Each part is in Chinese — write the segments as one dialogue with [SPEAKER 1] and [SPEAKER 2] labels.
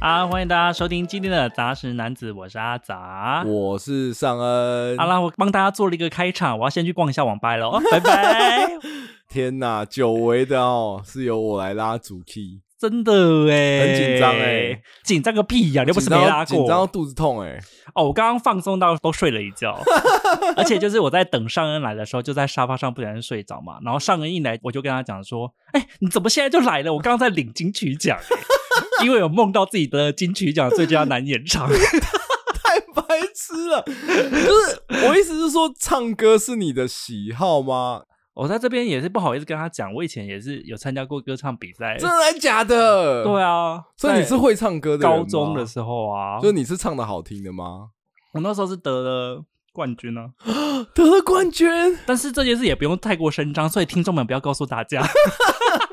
[SPEAKER 1] 啊，欢迎大家收听今天的杂食男子，我是阿杂。
[SPEAKER 2] 我是尚恩。
[SPEAKER 1] 啊好啦，我帮大家做了一个开场，我要先去逛一下网吧 喽，拜拜。
[SPEAKER 2] 天哪，久违的哦，是由我来拉主 key，
[SPEAKER 1] 真的哎，
[SPEAKER 2] 很紧张欸，
[SPEAKER 1] 紧张个屁呀、你又不是没
[SPEAKER 2] 紧张
[SPEAKER 1] 拉
[SPEAKER 2] 紧张到
[SPEAKER 1] 过
[SPEAKER 2] 肚子痛哎、
[SPEAKER 1] 哦。我刚刚放松到都睡了一觉，而且就是我在等尚恩来的时候，就在沙发上不小心睡着嘛。然后尚恩一来，我就跟他讲说：“哎、你怎么现在就来了？我刚刚在领金曲奖、欸，因为有梦到自己的金曲奖最佳男演唱。”
[SPEAKER 2] 太白痴了。就是我意思是说，唱歌是你的喜好吗？
[SPEAKER 1] 我哦在这边也是不好意思跟他讲，我以前也是有参加过歌唱比赛，
[SPEAKER 2] 真的还假
[SPEAKER 1] 哎
[SPEAKER 2] 的？
[SPEAKER 1] 对，啊，
[SPEAKER 2] 所以你是会唱歌的
[SPEAKER 1] 在
[SPEAKER 2] 人吗
[SPEAKER 1] 高中的时候啊，
[SPEAKER 2] 就是你是唱的好听的吗？
[SPEAKER 1] 我那时候是得了冠军啊，
[SPEAKER 2] 得了冠军，
[SPEAKER 1] 但是这件事也不用太过声张，所以听众们不要告诉大家。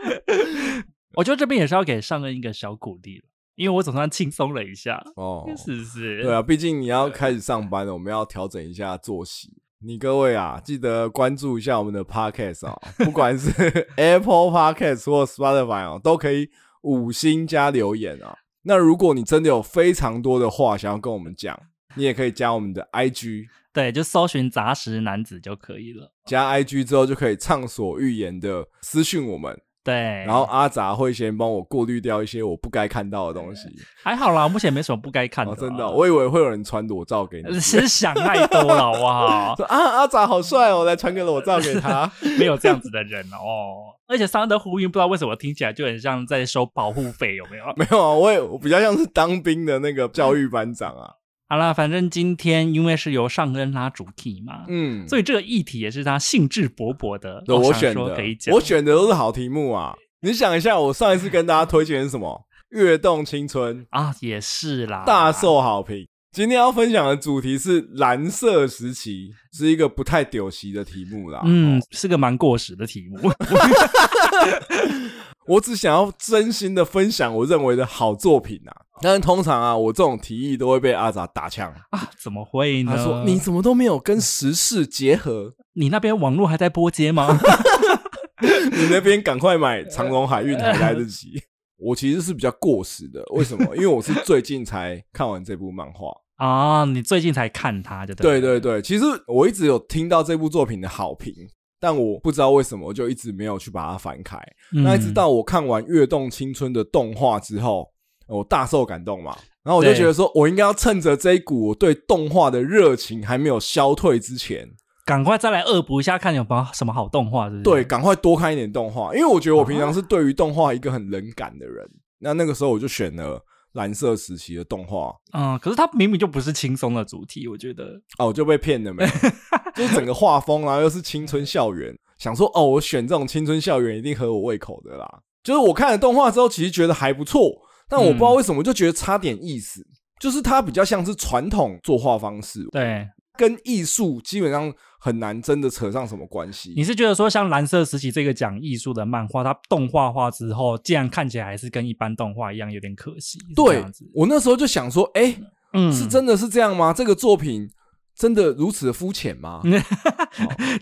[SPEAKER 1] 我觉得这边也是要给上恩一个小鼓励了，因为我总算轻松了一下，
[SPEAKER 2] 哦，
[SPEAKER 1] 是不是？
[SPEAKER 2] 对啊，毕竟你要开始上班了，我们要调整一下作息。你各位啊，记得关注一下我们的 Podcast 哦，不管是 Apple Podcast 或 Spotify 哦，都可以五星加留言啊。那如果你真的有非常多的话想要跟我们讲，你也可以加我们的 IG，
[SPEAKER 1] 对就搜寻杂食男子就可以了。
[SPEAKER 2] 加 IG 之后就可以畅所欲言的私讯我们，
[SPEAKER 1] 对，
[SPEAKER 2] 然后阿杂会先帮我过滤掉一些我不该看到的东西。
[SPEAKER 1] 还好啦，目前没什么不该看的、
[SPEAKER 2] 哦，真的哦、我以为会有人传裸照给你，
[SPEAKER 1] 只是想太多了，好不好？
[SPEAKER 2] 说啊阿杂好帅哦，来传个裸照给 他。
[SPEAKER 1] 没有这样子的人哦。而且桑德呼应，不知道为什么听起来就很像在收保护费，有没 有？
[SPEAKER 2] 没有啊，我也我比较像是当兵的那个教育班长啊。
[SPEAKER 1] 好啦，反正今天因为是由上恩拉主题嘛，
[SPEAKER 2] 嗯，
[SPEAKER 1] 所以这个议题也是他兴致勃勃的。哦
[SPEAKER 2] 对我
[SPEAKER 1] 想
[SPEAKER 2] 选
[SPEAKER 1] 说
[SPEAKER 2] 的
[SPEAKER 1] 可以，讲，
[SPEAKER 2] 我选的都是好题目啊。你想一下，我上一次跟大家推荐的是什么？《跃动青春
[SPEAKER 1] 啊也是啦，》
[SPEAKER 2] 大受好评。今天要分享的主题是蓝色时期，是一个不太丢席的题目啦。
[SPEAKER 1] 嗯是个蛮过时的题目。
[SPEAKER 2] 我只想要真心的分享我认为的好作品啊。但是通常啊，我这种提议都会被阿杂打枪。
[SPEAKER 1] 啊怎么会呢？
[SPEAKER 2] 他说：“你怎么都没有跟时事结合？
[SPEAKER 1] 你那边网络还在波接吗？
[SPEAKER 2] 你那边赶快买长荣海运还来 得及。我其实是比较过时的，为什么？因为我是最近才看完这部漫画。
[SPEAKER 1] 啊，你最近才看他，就
[SPEAKER 2] 对
[SPEAKER 1] 对了
[SPEAKER 2] 对对，其实我一直有听到这部作品的好评，但我不知道为什么，我就一直没有去把它翻开。
[SPEAKER 1] 嗯
[SPEAKER 2] 那一直到我看完《跃动青春》的动画之后，我大受感动嘛。然后我就
[SPEAKER 1] 对
[SPEAKER 2] 觉得说，我应该要趁着这一股我对动画的热情还没有消退之前，
[SPEAKER 1] 赶快再来恶补一下，看有没有什么好动画，是不是？
[SPEAKER 2] 对，，赶快多看一点动画，因为我觉得我平
[SPEAKER 1] 啊
[SPEAKER 2] 常是对于动画一个很冷感的人。那那个时候我就选了蓝色时期的动画，
[SPEAKER 1] 嗯，可是它明明就不是轻松的主题，我觉得。
[SPEAKER 2] 哦，我就被骗 了没？就是整个画风啊，又是青春校园，想说哦，我选这种青春校园一定合我胃口的啦。就是我看了动画之后，其实觉得还不错，但我不知道为什么就觉得差点意思。就是它比较像是传统作画方式，
[SPEAKER 1] 对，
[SPEAKER 2] 跟艺术基本上很难真的扯上什么关系。
[SPEAKER 1] 你是觉得说像《蓝色时期》这个讲艺术的漫画，它动画化之后，竟然看起来还是跟一般动画一样，有点可惜。是这
[SPEAKER 2] 对
[SPEAKER 1] 样子，
[SPEAKER 2] 我那时候就想说，哎、
[SPEAKER 1] 嗯，
[SPEAKER 2] 是真的是这样吗？这个作品真的如此的肤浅 吗？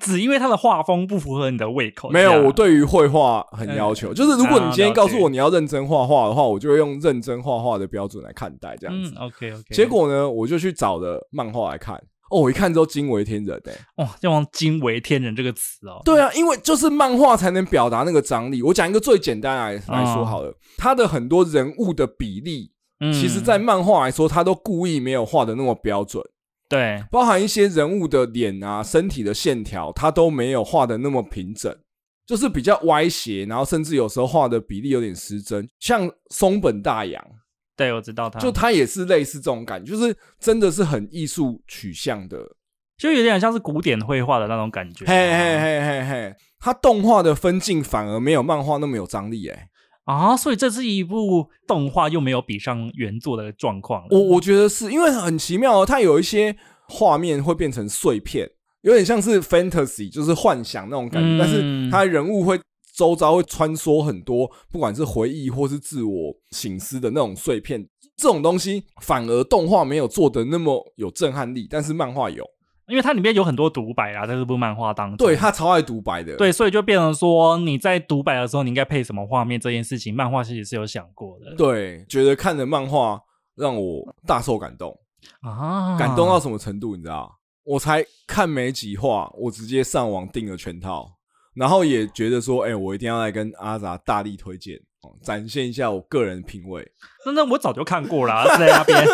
[SPEAKER 1] 只因为它的画风不符合你的胃口。
[SPEAKER 2] 没有
[SPEAKER 1] 这，样
[SPEAKER 2] 我对于绘画很要求，哎就是如果你今天
[SPEAKER 1] 啊
[SPEAKER 2] 告诉
[SPEAKER 1] 了
[SPEAKER 2] 我
[SPEAKER 1] 解
[SPEAKER 2] 你要认真画画的话，我就会用认真画画的标准来看待这样
[SPEAKER 1] 嗯
[SPEAKER 2] 子。
[SPEAKER 1] ，OK OK。
[SPEAKER 2] 结果呢，我就去找了漫画来看。哦，我一看之后惊为天人哎、
[SPEAKER 1] 哇，用“惊为天人”这个词哦，
[SPEAKER 2] 对啊，因为就是漫画才能表达那个张力。我讲一个最简单来来说
[SPEAKER 1] 哦
[SPEAKER 2] 好了，它的很多人物的比例，
[SPEAKER 1] 嗯，
[SPEAKER 2] 其实在漫画来说，它都故意没有画的那么标准。
[SPEAKER 1] 对，
[SPEAKER 2] 包含一些人物的脸啊、身体的线条，它都没有画的那么平整，就是比较歪斜，然后甚至有时候画的比例有点失真。像松本大洋，
[SPEAKER 1] 对，我知道他，
[SPEAKER 2] 就他也是类似这种感觉，就是真的是很艺术取向的，啊
[SPEAKER 1] 就有点像是古典绘画的那种感觉。
[SPEAKER 2] 嘿嘿嘿嘿嘿。他动画的分镜反而没有漫画那么有张力、欸，
[SPEAKER 1] 啊，所以这是一部动画又没有比上原作的状况了。
[SPEAKER 2] 我我觉得是因为很奇妙、哦，它有一些画面会变成碎片，有点像是 fantasy，就是幻想那种感觉，
[SPEAKER 1] 嗯
[SPEAKER 2] 但是它人物会周遭会穿梭很多，不管是回忆或是自我醒思的那种碎片，这种东西反而动画没有做的那么有震撼力，但是漫画有。
[SPEAKER 1] 因为它里面有很多独白啊啦，在这部漫画当中。
[SPEAKER 2] 对他超爱独白的，
[SPEAKER 1] 对，所以就变成说你在独白的时候，你应该配什么画面这件事情，漫画其实是有想过的。
[SPEAKER 2] 对，觉得看的漫画让我大受感动，
[SPEAKER 1] 啊，
[SPEAKER 2] 感动到什么程度？你知道？我才看没几话，我直接上网订了全套，然后也觉得说，哎、我一定要来跟阿杂大力推荐，哦展现一下我个人品味。
[SPEAKER 1] 那那我早就看过了啊，在那边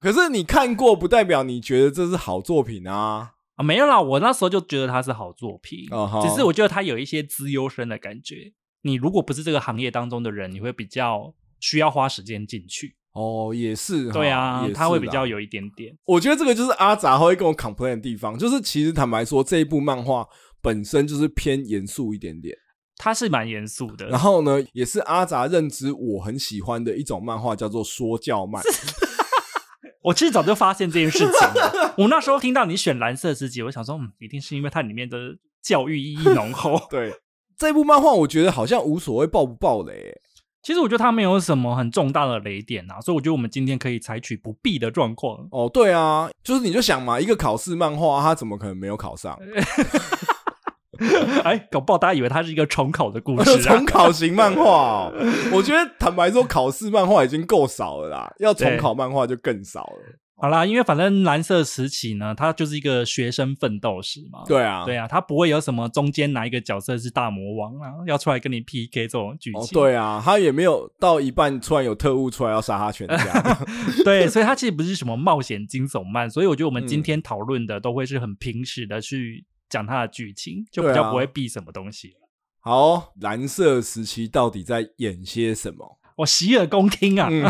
[SPEAKER 2] 可是你看过，不代表你觉得这是好作品啊。
[SPEAKER 1] 啊，没有啦，我那时候就觉得它是好作品
[SPEAKER 2] 哦好
[SPEAKER 1] 只是我觉得它有一些资优生的感觉。你如果不是这个行业当中的人，你会比较需要花时间进去。
[SPEAKER 2] 哦，也是哈，
[SPEAKER 1] 对啊
[SPEAKER 2] 也，
[SPEAKER 1] 他会
[SPEAKER 2] 是
[SPEAKER 1] 比
[SPEAKER 2] 啦
[SPEAKER 1] 较有一点点。
[SPEAKER 2] 我觉得这个就是阿杂会跟我 complain 的地方，就是其实坦白说，这一部漫画本身就是偏严肃一点点。
[SPEAKER 1] 他是蛮严肃的，
[SPEAKER 2] 然后呢，也是阿杂认知我很喜欢的一种漫画，叫做说教漫。。
[SPEAKER 1] 我其实早就发现这件事情了。我那时候听到你选蓝色世界，我想说，嗯，一定是因为它里面的教育意义浓厚
[SPEAKER 2] 对，这部漫画我觉得好像无所谓爆不爆雷、欸
[SPEAKER 1] 其实我觉得它没有什么很重大的雷点啊，所以我觉得我们今天可以采取不必的状况。
[SPEAKER 2] 哦，对啊，就是你就想嘛，一个考试漫画，它怎么可能没有考上？
[SPEAKER 1] 哎，搞不好大家以为它是一个重考的故事啊
[SPEAKER 2] 重。考型漫画、哦，我觉得坦白说，考试漫画已经够少了啦，要重考漫画就更少了。
[SPEAKER 1] 好啦，因为反正蓝色时期呢，它就是一个学生奋斗史嘛。
[SPEAKER 2] 对啊，
[SPEAKER 1] 对啊，它不会有什么中间哪一个角色是大魔王啊，要出来跟你 PK 这种剧情。
[SPEAKER 2] 哦，对啊，他也没有到一半突然有特务出来要杀他全家。
[SPEAKER 1] 对，所以它其实不是什么冒险惊悚漫，所以我觉得我们
[SPEAKER 2] 嗯
[SPEAKER 1] 今天讨论的都会是很平实的去讲它的剧情，就比
[SPEAKER 2] 对
[SPEAKER 1] 较
[SPEAKER 2] 啊
[SPEAKER 1] 不会避什么东西。
[SPEAKER 2] 好，蓝色时期到底在演些什么？
[SPEAKER 1] 我洗耳恭听啊！
[SPEAKER 2] 嗯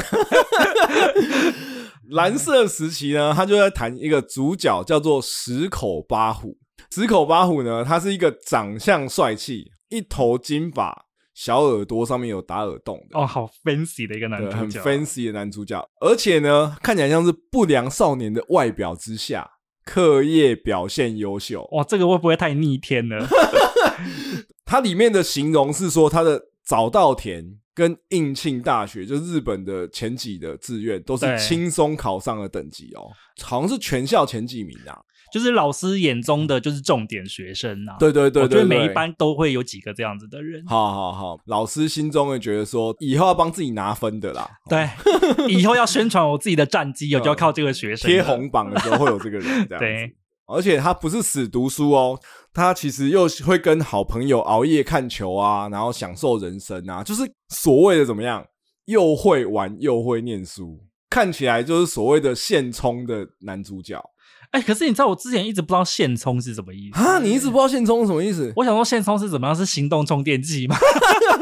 [SPEAKER 2] 蓝色时期呢，他就在谈一个主角叫做十口八虎。十口八虎呢，他是一个长相帅气、一头金发、小耳朵上面有打耳洞的，
[SPEAKER 1] 哦，好 fancy 的一个男
[SPEAKER 2] 对，
[SPEAKER 1] 主
[SPEAKER 2] 很
[SPEAKER 1] 角，啊
[SPEAKER 2] fancy 的男主角。而且呢，看起来像是不良少年的外表之下，课业表现优秀。
[SPEAKER 1] 哇，这个会不会太逆天了？
[SPEAKER 2] 它里面的形容是说，它的早稻田跟应庆大学，就是日本的前几的志愿，都
[SPEAKER 1] 对
[SPEAKER 2] 是轻松考上的等级哦，好像是全校前几名啊。
[SPEAKER 1] 就是老师眼中的就是重点学生啊。
[SPEAKER 2] 对对对对
[SPEAKER 1] 我觉得每
[SPEAKER 2] 对
[SPEAKER 1] 一班都会有几个这样子的人。
[SPEAKER 2] 好好好，老师心中会觉得说，以后要帮自己拿分的 啦。
[SPEAKER 1] 对，以后要宣传我自己的战绩，我就要
[SPEAKER 2] 嗯
[SPEAKER 1] 靠这个学生
[SPEAKER 2] 贴
[SPEAKER 1] 了
[SPEAKER 2] 红榜的时候会有这 个人这样子
[SPEAKER 1] 对。
[SPEAKER 2] 而且他不是死读书哦，他其实又会跟好朋友熬夜看球啊，然后享受人生啊，就是所谓的怎么样，又会玩又会念书，看起来就是所谓的现充的男主角
[SPEAKER 1] 哎、可是你知道我之前一直不知道现充是什么意思
[SPEAKER 2] 啊！你一直不知道现充是什么意思？
[SPEAKER 1] 嗯我想说现充是怎么样？是行动充电器吗？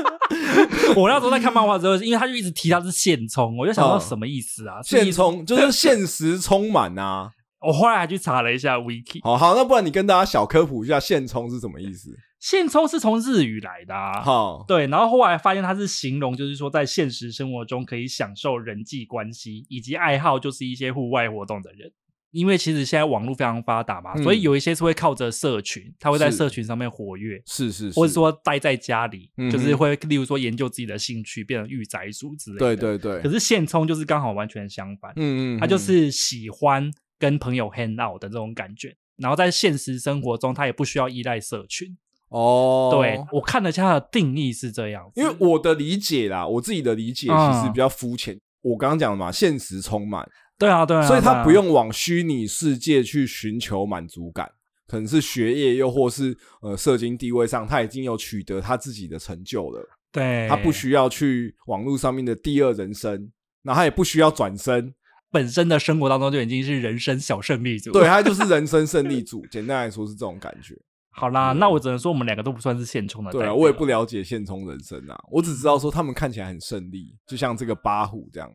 [SPEAKER 1] 我那时候在看漫画之后，因为他就一直提它是现充，我就想到
[SPEAKER 2] 嗯
[SPEAKER 1] 什么意思啊？是
[SPEAKER 2] 现
[SPEAKER 1] 意思，
[SPEAKER 2] 充就是现实充满啊！
[SPEAKER 1] 我后来还去查了一下 wiki，
[SPEAKER 2] 好好，那不然你跟大家小科普一下现充是什么意思？
[SPEAKER 1] 现充是从日语来的啊。
[SPEAKER 2] 好，
[SPEAKER 1] 对，然后后来发现它是形容，就是说在现实生活中可以享受人际关系以及爱好，就是一些户外活动的人。因为其实现在网络非常发达嘛，
[SPEAKER 2] 嗯
[SPEAKER 1] 所以有一些是会靠着社群，他会在
[SPEAKER 2] 是
[SPEAKER 1] 社群上面活跃，
[SPEAKER 2] 是是是，
[SPEAKER 1] 或者说待在家里，
[SPEAKER 2] 嗯哼
[SPEAKER 1] 就是会例如说研究自己的兴趣，变成御宅族之类的。
[SPEAKER 2] 对对对，
[SPEAKER 1] 可是现充就是刚好完全相反，
[SPEAKER 2] 嗯嗯，
[SPEAKER 1] 他就
[SPEAKER 2] 嗯
[SPEAKER 1] 是喜欢跟朋友 hang out 的这种感觉，然后在现实生活中他也不需要依赖社群。
[SPEAKER 2] 哦，
[SPEAKER 1] 对我看了一下他的定义是这样子，
[SPEAKER 2] 因为我的理解啦，我自己的理解
[SPEAKER 1] 嗯
[SPEAKER 2] 其实比较肤浅。我刚刚讲的嘛，现实充满，
[SPEAKER 1] 对啊对啊，
[SPEAKER 2] 所以
[SPEAKER 1] 对
[SPEAKER 2] 他
[SPEAKER 1] 啊
[SPEAKER 2] 不用往虚拟世界去寻求满足感，可能是学业，又或是呃社经地位上，他已经有取得他自己的成就了，
[SPEAKER 1] 对，
[SPEAKER 2] 他不需要去网络上面的第二人生，那他也不需要转身，
[SPEAKER 1] 本身的生活当中就已经是人生小胜利组。
[SPEAKER 2] 对，啊他就是人生胜利组。 简单来说是这种感觉。
[SPEAKER 1] 好啦，那我只能说我们两个都不算是现充的代
[SPEAKER 2] 嗯对
[SPEAKER 1] 表，
[SPEAKER 2] 啊，我也不了解现充人生啊，我只知道说他们看起来很胜利，就像这个八虎这样。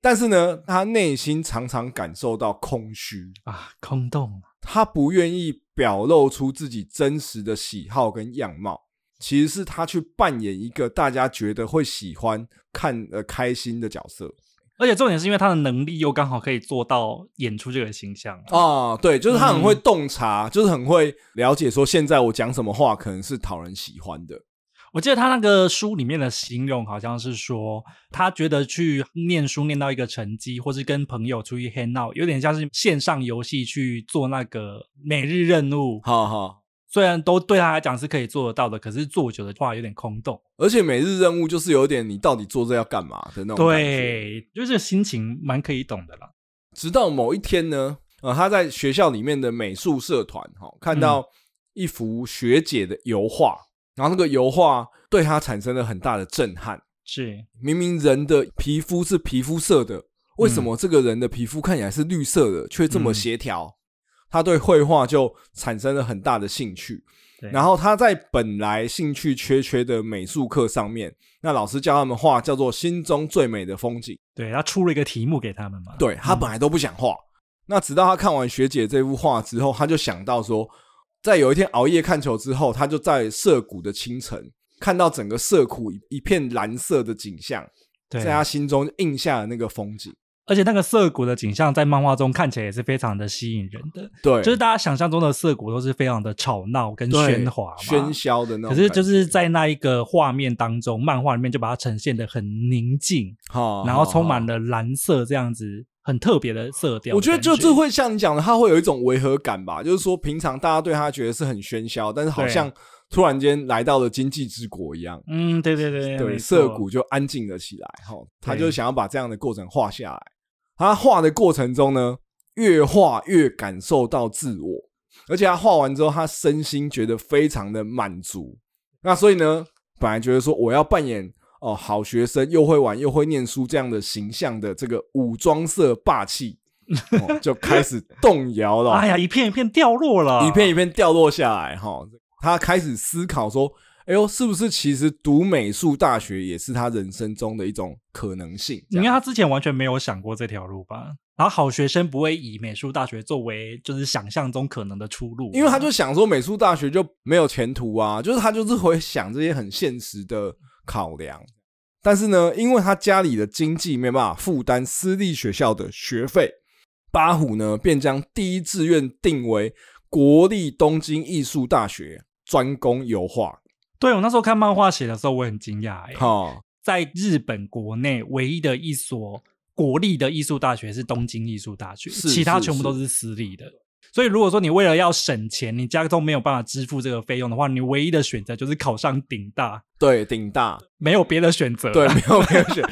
[SPEAKER 2] 但是呢，他内心常常感受到空虚，
[SPEAKER 1] 啊，空洞
[SPEAKER 2] 他不愿意表露出自己真实的喜好跟样貌。其实是他去扮演一个大家觉得会喜欢、看呃开心的角色
[SPEAKER 1] 而且重点是因为他的能力又刚好可以做到演出这个形象啊，
[SPEAKER 2] 啊，对，就是他
[SPEAKER 1] 嗯
[SPEAKER 2] 很会洞察，就是很会了解说现在我讲什么话可能是讨人喜欢的，
[SPEAKER 1] 我记得他那个书里面的形容好像是说，他觉得去念书念到一个成绩，或是跟朋友出去 hang out，有点像是线上游戏去做那个每日任务。
[SPEAKER 2] 好好，
[SPEAKER 1] 虽然都对他来讲是可以做得到的，可是做久的话有点空洞。
[SPEAKER 2] 而且每日任务就是有点你到底做这要干嘛的那种感觉。
[SPEAKER 1] 对，就是心情蛮可以懂的啦。
[SPEAKER 2] 直到某一天呢，呃，他在学校里面的美术社团哈、哦看到一幅学姐的油画，然后那个油画对他产生了很大的震撼。
[SPEAKER 1] 是，
[SPEAKER 2] 明明人的皮肤是皮肤色的，为什么这个人的皮肤看起来是绿色的，却这么协调？他对绘画就产生了很大的兴趣。
[SPEAKER 1] 对
[SPEAKER 2] 然后他在本来兴趣缺缺的美术课上面，那老师教他们画叫做“心中最美的风景”。
[SPEAKER 1] 对他出了一个题目给他们嘛。
[SPEAKER 2] 对他本来都不想画，那直到他看完学姐这幅画之后，他就想到说，在有一天熬夜看球之后，他就在涩谷的清晨看到整个涩谷一一片蓝色的景象，
[SPEAKER 1] 对，
[SPEAKER 2] 在他心中印下了那个风景。
[SPEAKER 1] 而且那个涩谷的景象在漫画中看起来也是非常的吸引人的，
[SPEAKER 2] 对，
[SPEAKER 1] 就是大家想象中的涩谷都是非常的吵闹跟
[SPEAKER 2] 对
[SPEAKER 1] 喧哗嘛
[SPEAKER 2] 喧。嚣的
[SPEAKER 1] 可
[SPEAKER 2] 那种感觉。
[SPEAKER 1] 是就是在那一个画面当中，漫画里面就把它呈现的很宁静，
[SPEAKER 2] 啊哈，
[SPEAKER 1] 然后充满
[SPEAKER 2] 哈。
[SPEAKER 1] 了蓝色这样子很特别的色调的感。
[SPEAKER 2] 我觉得就这会像你讲的，他会有一种违和感吧，就是说平常大家对他觉得是很喧嚣，但是好
[SPEAKER 1] 对
[SPEAKER 2] 像突然间来到了经济之国一样。
[SPEAKER 1] 嗯，对对对
[SPEAKER 2] 对，
[SPEAKER 1] 没
[SPEAKER 2] 涩
[SPEAKER 1] 错
[SPEAKER 2] 谷就安静了起来。哈，他
[SPEAKER 1] 对
[SPEAKER 2] 就想要把这样的过程画下来。他画的过程中呢，越画越感受到自我，而且他画完之后，他身心觉得非常的满足。那所以呢，本来觉得说我要扮演哦、好学生，又会玩又会念书这样的形象的这个武装色霸气，哦、就开始动摇 了。
[SPEAKER 1] 哎呀，一片一片掉落了，
[SPEAKER 2] 一片一片掉落下来哈。他开始思考说：“哎呦，是不是其实读美术大学也是他人生中的一种可能性？”这
[SPEAKER 1] 应该
[SPEAKER 2] 样
[SPEAKER 1] 他之前完全没有想过这条路吧？然后好学生不会以美术大学作为就是想象中可能的出路嘛，
[SPEAKER 2] 因为他就想说美术大学就没有前途啊，就是他就是会想这些很现实的考量。但是呢，因为他家里的经济没办法负担私立学校的学费，八虎呢便将第一志愿定为国立东京艺术大学，专攻油画。
[SPEAKER 1] 对我那时候看漫画写的时候，我很惊讶、欸，
[SPEAKER 2] 哈、
[SPEAKER 1] 在日本国内唯一的一所国立的艺术大学是东京艺术大学，
[SPEAKER 2] 是
[SPEAKER 1] 其他
[SPEAKER 2] 是
[SPEAKER 1] 全部
[SPEAKER 2] 是
[SPEAKER 1] 都是私立的。所以，如果说你为了要省钱，你家中没有办法支付这个费用的话，你唯一的选择就是考上顶大，
[SPEAKER 2] 对，顶大。
[SPEAKER 1] 没有别的选择。
[SPEAKER 2] 对，，没有没有选。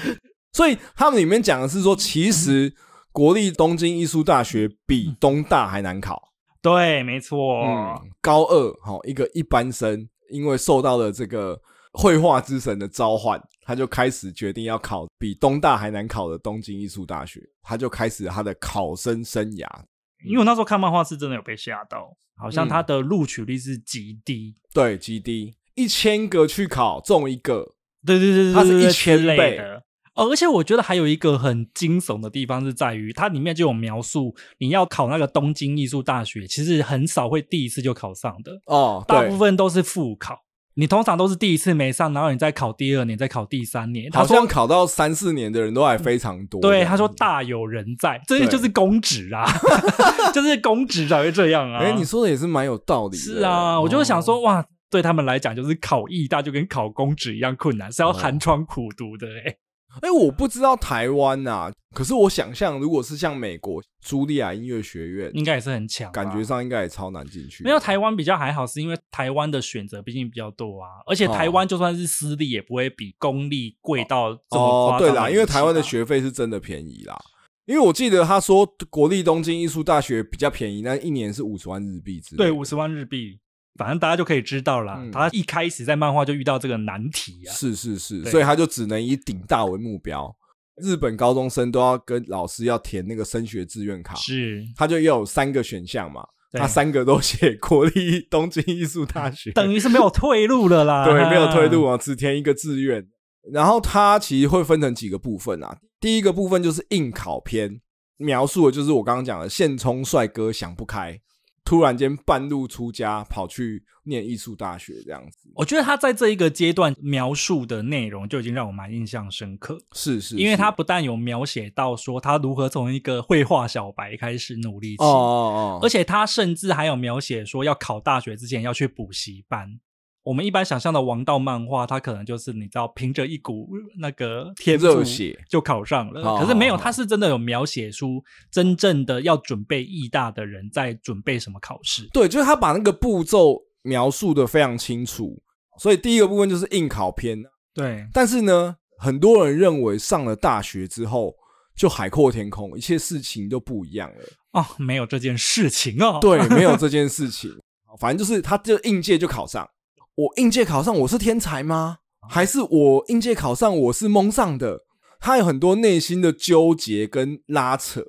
[SPEAKER 2] 所以他们里面讲的是说，其实国立东京艺术大学
[SPEAKER 1] 嗯
[SPEAKER 2] 比东大还难考。
[SPEAKER 1] 对，没错。
[SPEAKER 2] 嗯，高二哈、一个一般生，因为受到了这个绘画之神的召唤，他就开始决定要考比东大还难考的东京艺术大学，他就开始他的考生生涯。
[SPEAKER 1] 因为我那时候看漫画是真的有被吓到，好像
[SPEAKER 2] 嗯
[SPEAKER 1] 它的录取率是极低。
[SPEAKER 2] 对，极低，一千个去考中一个，
[SPEAKER 1] 对对对对，
[SPEAKER 2] 它是
[SPEAKER 1] 对对之
[SPEAKER 2] 1000
[SPEAKER 1] 类
[SPEAKER 2] 倍
[SPEAKER 1] 的。哦，而且我觉得还有一个很惊悚的地方是在于，它里面就有描述你要考那个东京艺术大学，其实很少会第一次就考上的，
[SPEAKER 2] 哦，
[SPEAKER 1] 大
[SPEAKER 2] 对
[SPEAKER 1] 部，分都是复考。你通常都是第一次没上，然后你再考第二年，再考第三年。他
[SPEAKER 2] 好
[SPEAKER 1] 说
[SPEAKER 2] 像考到三四年的人都还非常多。
[SPEAKER 1] 对，他说大有人在，这
[SPEAKER 2] 对
[SPEAKER 1] 就是公职啊， 就是公职才会这样啊。
[SPEAKER 2] 哎、你说的也是蛮有道理的。
[SPEAKER 1] 是啊，我就想
[SPEAKER 2] 哦
[SPEAKER 1] 说，哇，对他们来讲，就是考艺大就跟考公职一样困难，是要
[SPEAKER 2] 哦
[SPEAKER 1] 寒窗苦读的、欸。
[SPEAKER 2] 哎、我不知道台湾呐、可是我想象，如果是像美国茱莉亚音乐学院，
[SPEAKER 1] 应该也是很强吧，
[SPEAKER 2] 感觉上应该也超难进去。
[SPEAKER 1] 没有台湾比较还好，是因为台湾的选择毕竟比较多啊，而且
[SPEAKER 2] 哦
[SPEAKER 1] 台湾就算是私立，也不会比公立贵到这么
[SPEAKER 2] 哦，
[SPEAKER 1] 夸张、啊
[SPEAKER 2] 对啦，因为台湾的，学费是真的便宜啦。因为我记得他说国立东京艺术大学比较便宜，那一年是五十万日币之类
[SPEAKER 1] 对
[SPEAKER 2] 的。
[SPEAKER 1] 五十万日币，反正大家就可以知道啦。
[SPEAKER 2] 嗯
[SPEAKER 1] 他一开始在漫画就遇到这个难题啊，
[SPEAKER 2] 是是是，
[SPEAKER 1] 对
[SPEAKER 2] 所以他就只能以顶大为目标。日本高中生都要跟老师要填那个升学志愿卡，
[SPEAKER 1] 是
[SPEAKER 2] 他就要有三个选项嘛，
[SPEAKER 1] 对
[SPEAKER 2] 啊他三个都写国立东京艺术大 学，
[SPEAKER 1] 等于是没有退路了啦，
[SPEAKER 2] 对，没有退路啊，只填一个志愿。然后它其实会分成几个部分啊，第一个部分就是应考篇，描述的就是我刚刚讲的现充帅哥想不开，突然间半路出家跑去念艺术大学这样子。
[SPEAKER 1] 我觉得他在这一个阶段描述的内容就已经让我蛮印象深刻，
[SPEAKER 2] 是是，
[SPEAKER 1] 因为
[SPEAKER 2] 是
[SPEAKER 1] 他不但有描写到说他如何从一个绘画小白开始努力起，
[SPEAKER 2] 哦哦哦，
[SPEAKER 1] 而且他甚至还有描写说要考大学之前要去补习班，我们一般想象的王道漫画，它可能就是你知道凭着一股那个天
[SPEAKER 2] 热
[SPEAKER 1] 赋
[SPEAKER 2] 血哦
[SPEAKER 1] 就考上了，
[SPEAKER 2] 好
[SPEAKER 1] 可是没有，
[SPEAKER 2] 好好
[SPEAKER 1] 它是真的有描写出真正的要准备艺大的人在准备什么考试。
[SPEAKER 2] 对，就是他把那个步骤描述的非常清楚，所以第一个部分就是应考篇。
[SPEAKER 1] 对，
[SPEAKER 2] 但是呢，很多人认为上了大学之后就海阔天空，一切事情都不一样了。
[SPEAKER 1] 哦，没有这件事情哦。
[SPEAKER 2] 对，没有这件事情。反正就是他就应届就考上，我应届考上我是天才吗？
[SPEAKER 1] 哦
[SPEAKER 2] 还是我应届考上我是蒙上的？他有很多内心的纠结跟拉扯。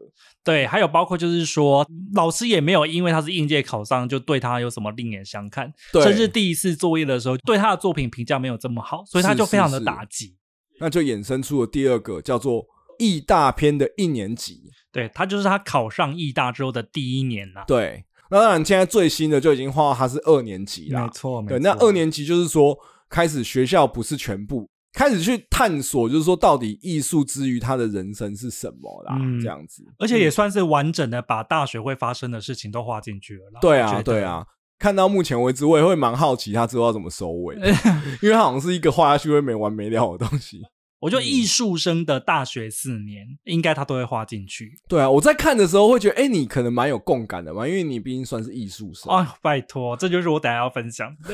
[SPEAKER 1] 对，还有包括就是说，老师也没有因为他是应届考上就对他有什么另眼相看，
[SPEAKER 2] 对
[SPEAKER 1] 甚至第一次作业的时候对他的作品评价没有这么好，所以他
[SPEAKER 2] 是
[SPEAKER 1] 就非
[SPEAKER 2] 是
[SPEAKER 1] 常的
[SPEAKER 2] 是
[SPEAKER 1] 打击。
[SPEAKER 2] 那就衍生出了第二个叫做艺大篇的一年级。
[SPEAKER 1] 对他就是他考上艺大之后的第一年呐、
[SPEAKER 2] 对，那当然现在最新的就已经画到他是二年级啦
[SPEAKER 1] 没。错，没
[SPEAKER 2] 对，
[SPEAKER 1] 错。
[SPEAKER 2] 那二年级就是说开始学校不是全部，开始去探索，就是说到底艺术之于他的人生是什么啦，
[SPEAKER 1] 嗯
[SPEAKER 2] 这样子。
[SPEAKER 1] 而且也算是完整的把大学会发生的事情都画进去了啦。
[SPEAKER 2] 对
[SPEAKER 1] 我觉
[SPEAKER 2] 啊，
[SPEAKER 1] 得
[SPEAKER 2] 对，啊。看到目前为止，我也会蛮好奇他之后要怎么收尾， 因为他好像是一个画下去会没完没了的东西。
[SPEAKER 1] 我
[SPEAKER 2] 嗯
[SPEAKER 1] 觉得艺术生的大学四年应该他都会画进去。
[SPEAKER 2] 对啊，我在看的时候会觉得，哎、你可能蛮有共感的嘛，因为你毕竟算是艺术生。
[SPEAKER 1] 哦，拜托，这就是我等一下要分享的。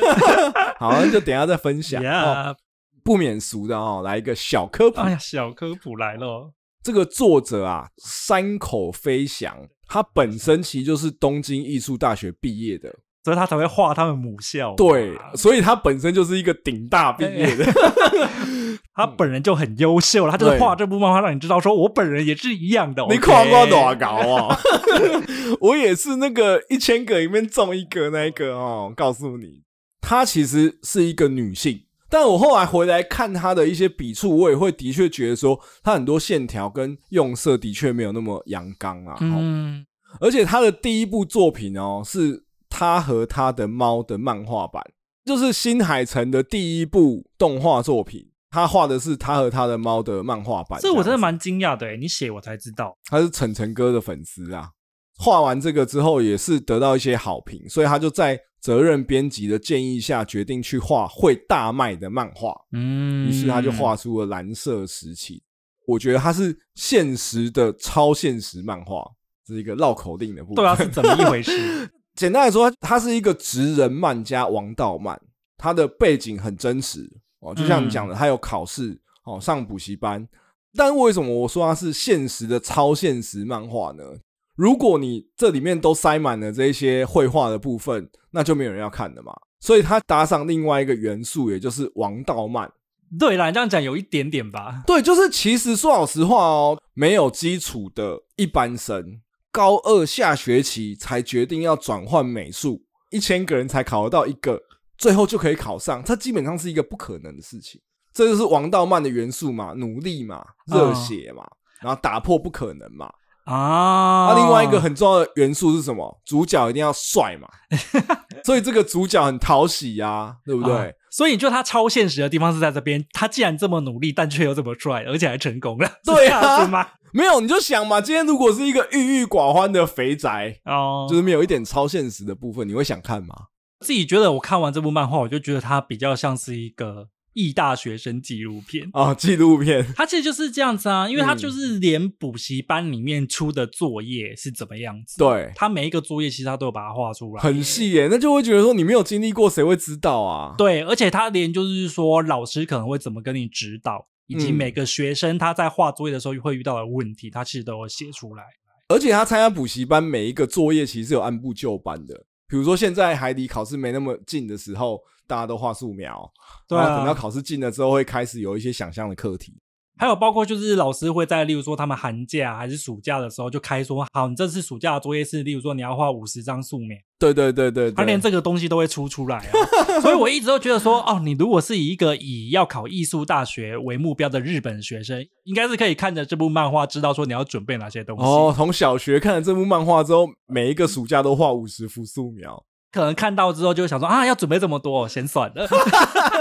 [SPEAKER 2] 好，那就等一下再分享。哦，
[SPEAKER 1] Yeah，
[SPEAKER 2] 不免俗的哦，来一个小科普。
[SPEAKER 1] 哎呀，小科普来了。哦
[SPEAKER 2] 这个作者啊，山口飞翔，他本身其实就是东京艺术大学毕业的，
[SPEAKER 1] 所以他才会画他们母校嘛。
[SPEAKER 2] 对，所以他本身就是一个顶大毕业的。
[SPEAKER 1] 他
[SPEAKER 2] 嗯
[SPEAKER 1] 本人就很优秀了，他就是
[SPEAKER 2] 对
[SPEAKER 1] 画这部漫画让你知道，说我本人也是一样的。
[SPEAKER 2] 你
[SPEAKER 1] OK
[SPEAKER 2] 看我多高哦！ 我也是那个一千个里面中一个那一个哦。告诉你，她其实是一个女性，但我后来回来看她的一些笔触，我也会的确觉得说，她很多线条跟用色的确没有那么阳刚啊。哦
[SPEAKER 1] 嗯，
[SPEAKER 2] 而且他的第一部作品哦，是他和他的猫的漫画版，就是新海诚的第一部动画作品。他画的是他和他的猫的漫画版，
[SPEAKER 1] 这我真的
[SPEAKER 2] 样子
[SPEAKER 1] 蛮惊讶的诶，你写我才知道。
[SPEAKER 2] 他是晨晨哥的粉丝啊。画完这个之后，也是得到一些好评，所以他就在责任编辑的建议下，决定去画会大卖的漫画。
[SPEAKER 1] 嗯
[SPEAKER 2] 于是他就画出了蓝色时期。我觉得它是现实的超现实漫画，这是一个绕口令的部分。
[SPEAKER 1] 对啊，是怎么一回事？
[SPEAKER 2] 简单来说，它是一个职人漫加王道漫，它的背景很真实哦，就像你讲的，它有考试哦，上补习班。但为什么我说它是现实的超现实漫画呢？如果你这里面都塞满了这一些绘画的部分，那就没有人要看的嘛。所以它搭上另外一个元素，也就是王道漫。
[SPEAKER 1] 对啦，你这样讲有一点点吧。
[SPEAKER 2] 对，就是其实说老实话哦，没有基础的一般生，高二下学期才决定要转换美术，一千个人才考得到一个，最后就可以考上，它基本上是一个不可能的事情。这就是王道漫的元素嘛，努力嘛，热血嘛，然后打破不可能嘛。那、
[SPEAKER 1] 啊，
[SPEAKER 2] 另外一个很重要的元素是什么？主角一定要帅嘛，所以这个主角很讨喜呀、对不对？
[SPEAKER 1] 啊所以你觉得他超现实的地方是在这边，他既然这么努力，但却又这么帅，而且还成功了，
[SPEAKER 2] 对啊
[SPEAKER 1] 是这样子吗？
[SPEAKER 2] 没有你就想嘛，今天如果是一个郁郁寡欢的肥宅，
[SPEAKER 1] 哦，
[SPEAKER 2] 就是没有一点超现实的部分，你会想看吗？
[SPEAKER 1] 自己觉得我看完这部漫画，我就觉得它比较像是一个艺大学生纪录片。
[SPEAKER 2] 哦，纪录片，
[SPEAKER 1] 它其实就是这样子啊，因为它
[SPEAKER 2] 嗯
[SPEAKER 1] 就是连补习班里面出的作业是怎么样子，
[SPEAKER 2] 对，
[SPEAKER 1] 它每一个作业其实它都有把它画出来，
[SPEAKER 2] 很细耶，那就会觉得说你没有经历过，谁会知道啊？
[SPEAKER 1] 对，而且他连就是说老师可能会怎么跟你指导，以及
[SPEAKER 2] 嗯
[SPEAKER 1] 每个学生他在画作业的时候会遇到的问题，他其实都有写出来。
[SPEAKER 2] 而且他参加补习班，每一个作业其实是有按部就班的。比如说现在海底考试没那么近的时候，大家都画素描，
[SPEAKER 1] 对
[SPEAKER 2] 然后
[SPEAKER 1] 啊
[SPEAKER 2] 等到，考试近了之后，会开始有一些想象的课题。
[SPEAKER 1] 还有包括就是老师会在例如说他们寒假还是暑假的时候就开说，好，你这次暑假的作业是例如说你要画五十张素描，
[SPEAKER 2] 对对对对对，
[SPEAKER 1] 他连这个东西都会出出来啊。所以我一直都觉得说，哦，你如果是以一个以要考艺术大学为目标的日本学生，应该是可以看着这部漫画知道说你要准备哪些东西。
[SPEAKER 2] 哦，从小学看了这部漫画之后，每一个暑假都画五十幅素描，
[SPEAKER 1] 可能看到之后就会想说啊，要准备这么多，嫌算了。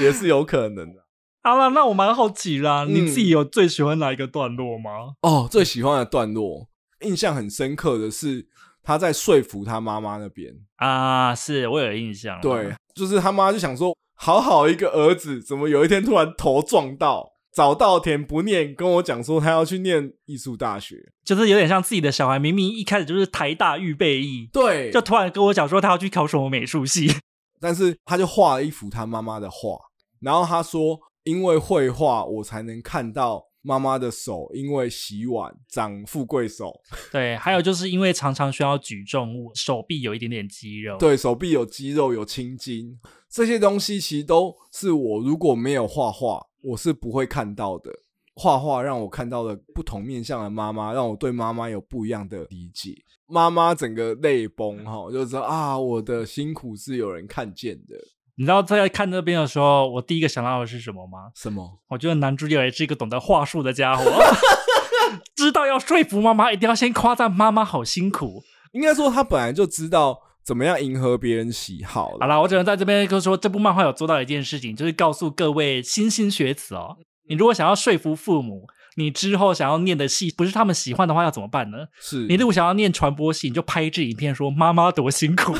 [SPEAKER 2] 也是有可能的。
[SPEAKER 1] 好了，那我蛮好奇啦，
[SPEAKER 2] 嗯
[SPEAKER 1] 你自己有最喜欢哪一个段落吗？
[SPEAKER 2] 哦，最喜欢的段落，印象很深刻的是他在说服他妈妈那边，
[SPEAKER 1] 啊，是我有印象。
[SPEAKER 2] 对，，就是他妈就想说，好好一个儿子，怎么有一天突然头撞到，早稻田不念，跟我讲说他要去念艺术大学，
[SPEAKER 1] 就是有点像自己的小孩，明明一开始就是台大预备役，
[SPEAKER 2] 对
[SPEAKER 1] 就突然跟我讲说他要去考什么美术系。
[SPEAKER 2] 但是他就画了一幅他妈妈的画，然后他说，因为绘画我才能看到妈妈的手，因为洗碗长富贵手，
[SPEAKER 1] 对，还有就是因为常常需要举重物，手臂有一点点肌肉。，
[SPEAKER 2] 对手臂有肌肉有青筋，这些东西其实都是我如果没有画画，我是不会看到的。画画让我看到了不同面向的妈妈，让我对妈妈有不一样的理解。妈妈整个泪崩哈，就知道啊，我的辛苦是有人看见的。
[SPEAKER 1] 你知道在看这边的时候，我第一个想到的是什么吗？
[SPEAKER 2] 什么？
[SPEAKER 1] 我觉得男主角也是一个懂得话术的家伙， 知道要说服妈妈，一定要先夸赞妈妈好辛苦。
[SPEAKER 2] 应该说他本来就知道怎么样迎合别人喜好了
[SPEAKER 1] 好。啦，我只能在这边就说，这部漫画有做到一件事情，就是告诉各位新兴学子哦，你如果想要说服父母，你之后想要念的系不是他们喜欢的话，要怎么办呢？
[SPEAKER 2] 是，
[SPEAKER 1] 你如果想要念传播系，你就拍一支影片说妈妈多辛 苦。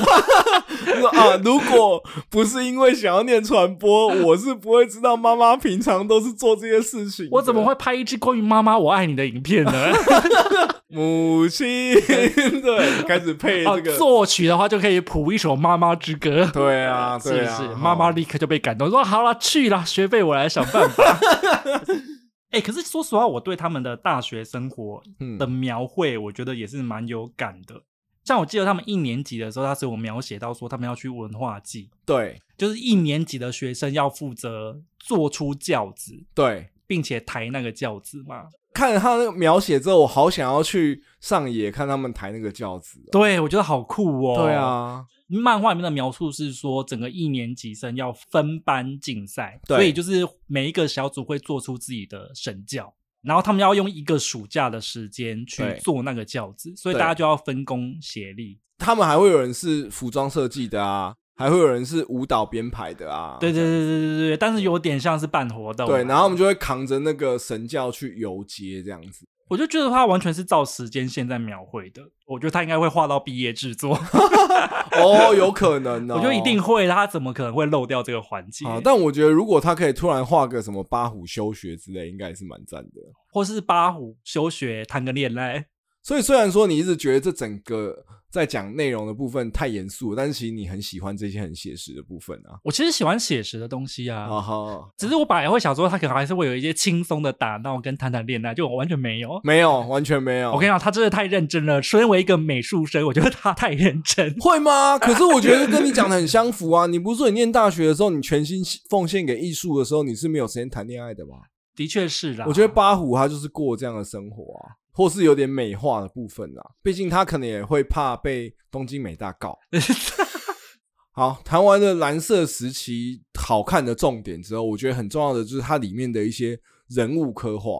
[SPEAKER 2] 他说啊，如果不是因为想要念传播，我是不会知道妈妈平常都是做这些事情的。
[SPEAKER 1] 我怎么会拍一支关于妈妈我爱你的影片呢？
[SPEAKER 2] 母亲， 对，开始配
[SPEAKER 1] 哦
[SPEAKER 2] 这，个，
[SPEAKER 1] 作曲的话就可以谱一首《妈妈之歌》。
[SPEAKER 2] 对啊，
[SPEAKER 1] 是
[SPEAKER 2] 对
[SPEAKER 1] 不
[SPEAKER 2] 啊，
[SPEAKER 1] 是？
[SPEAKER 2] 哦
[SPEAKER 1] 妈妈立刻就被感动，说好了，去了，学费我来想办 法。哎、可是说实话，我对他们的大学生活
[SPEAKER 2] 嗯
[SPEAKER 1] 的描绘，我觉得也是蛮有感的。像我记得他们一年级的时候，他是有描写到说他们要去文化祭，
[SPEAKER 2] 对
[SPEAKER 1] 就是一年级的学生要负责做出轿子，
[SPEAKER 2] 对，
[SPEAKER 1] 并且抬那个轿子
[SPEAKER 2] 啊
[SPEAKER 1] 嘛。
[SPEAKER 2] 看了他那个描写之后，我好想要去上野看他们抬那个轿子哦。
[SPEAKER 1] 对，我觉得好酷哦。
[SPEAKER 2] 对，啊，
[SPEAKER 1] 漫画里面的描述是说，整个一年级生要分班竞赛，
[SPEAKER 2] 对
[SPEAKER 1] 所以就是每一个小组会做出自己的神教，然后他们要用一个暑假的时间去
[SPEAKER 2] 对
[SPEAKER 1] 做那个教子，所以
[SPEAKER 2] 对
[SPEAKER 1] 大家就要分工协力。
[SPEAKER 2] 他们还会有人是服装设计的啊，还会有人是舞蹈编排的啊。
[SPEAKER 1] 对对对对对对对，但是有点像是办活动啊。
[SPEAKER 2] 对，然后我们就会扛着那个神教去游街这样子。
[SPEAKER 1] 我就觉得他完全是照时间线在描绘的，我觉得他应该会画到毕业制作，
[SPEAKER 2] 哦，有可能哦，
[SPEAKER 1] 我觉得一定会，他怎么可能会漏掉这个环节？
[SPEAKER 2] 啊。但我觉得如果他可以突然画个什么八虎修学之类，应该也是蛮赞的。
[SPEAKER 1] 或是八虎休学谈个恋爱。
[SPEAKER 2] 所以虽然说你一直觉得这整个在讲内容的部分太严肃了，但是其实你很喜欢这些很写实的部分啊。
[SPEAKER 1] 我其实喜欢写实的东西啊，
[SPEAKER 2] 啊哈，
[SPEAKER 1] 只是我本来会想说，他可能还是会有一些轻松的打闹跟谈谈恋爱，就我完全没有。
[SPEAKER 2] 没有，完全没有。
[SPEAKER 1] 我跟你讲，他真的太认真了。身为一个美术生，我觉得他太认真。
[SPEAKER 2] 会吗？可是我觉得跟你讲的很相符啊！你不是说你念大学的时候，你全心奉献给艺术的时候，你是没有时间谈恋爱的吗？
[SPEAKER 1] 的确是啦，
[SPEAKER 2] 我觉得八虎他就是过这样的生活啊，或是有点美化的部分啊。毕竟他可能也会怕被东京美大告。好，谈完了蓝色时期好看的重点之后，我觉得很重要的就是它里面的一些人物刻画。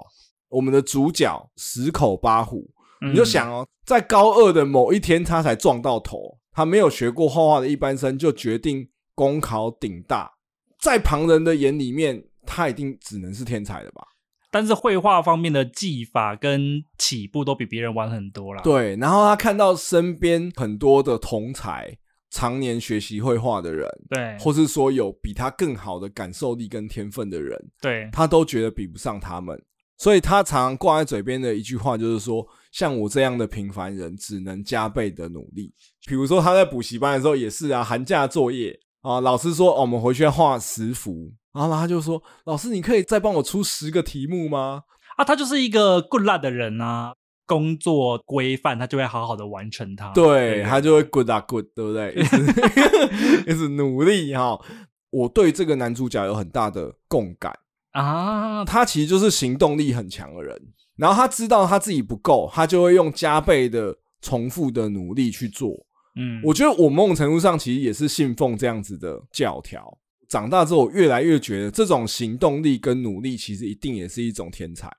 [SPEAKER 2] 我们的主角石口八虎，
[SPEAKER 1] 嗯
[SPEAKER 2] 你就想哦，在高二的某一天，他才撞到头。他没有学过画画的一般生，就决定公考顶大。在旁人的眼里面，他一定只能是天才了吧？
[SPEAKER 1] 但是绘画方面的技法跟起步都比别人晚很多啦。，
[SPEAKER 2] 对，然后他看到身边很多的同才，常年学习绘画的人，
[SPEAKER 1] 对，
[SPEAKER 2] 或是说有比他更好的感受力跟天分的人，
[SPEAKER 1] 对，
[SPEAKER 2] 他都觉得比不上他们。所以他常常挂在嘴边的一句话就是说：“像我这样的平凡人，只能加倍的努力。”比如说他在补习班的时候也是啊，寒假作业啊，老师说、哦我们回去要画十幅，然后他就说：“老师，你可以再帮我出十个题目吗
[SPEAKER 1] 啊，他就是一个棍辣的人啊，工作规范他就会好好的完成它。？”
[SPEAKER 2] 对，他就会 good 啊 good，对不对？一直 一直努力哈。我对这个男主角有很大的共感。
[SPEAKER 1] 啊，
[SPEAKER 2] 他其实就是行动力很强的人，然后他知道他自己不够，他就会用加倍的重复的努力去做。
[SPEAKER 1] 嗯，
[SPEAKER 2] 我觉得我某种程度上其实也是信奉这样子的教条。长大之后，我越来越觉得这种行动力跟努力，其实一定也是一种天才。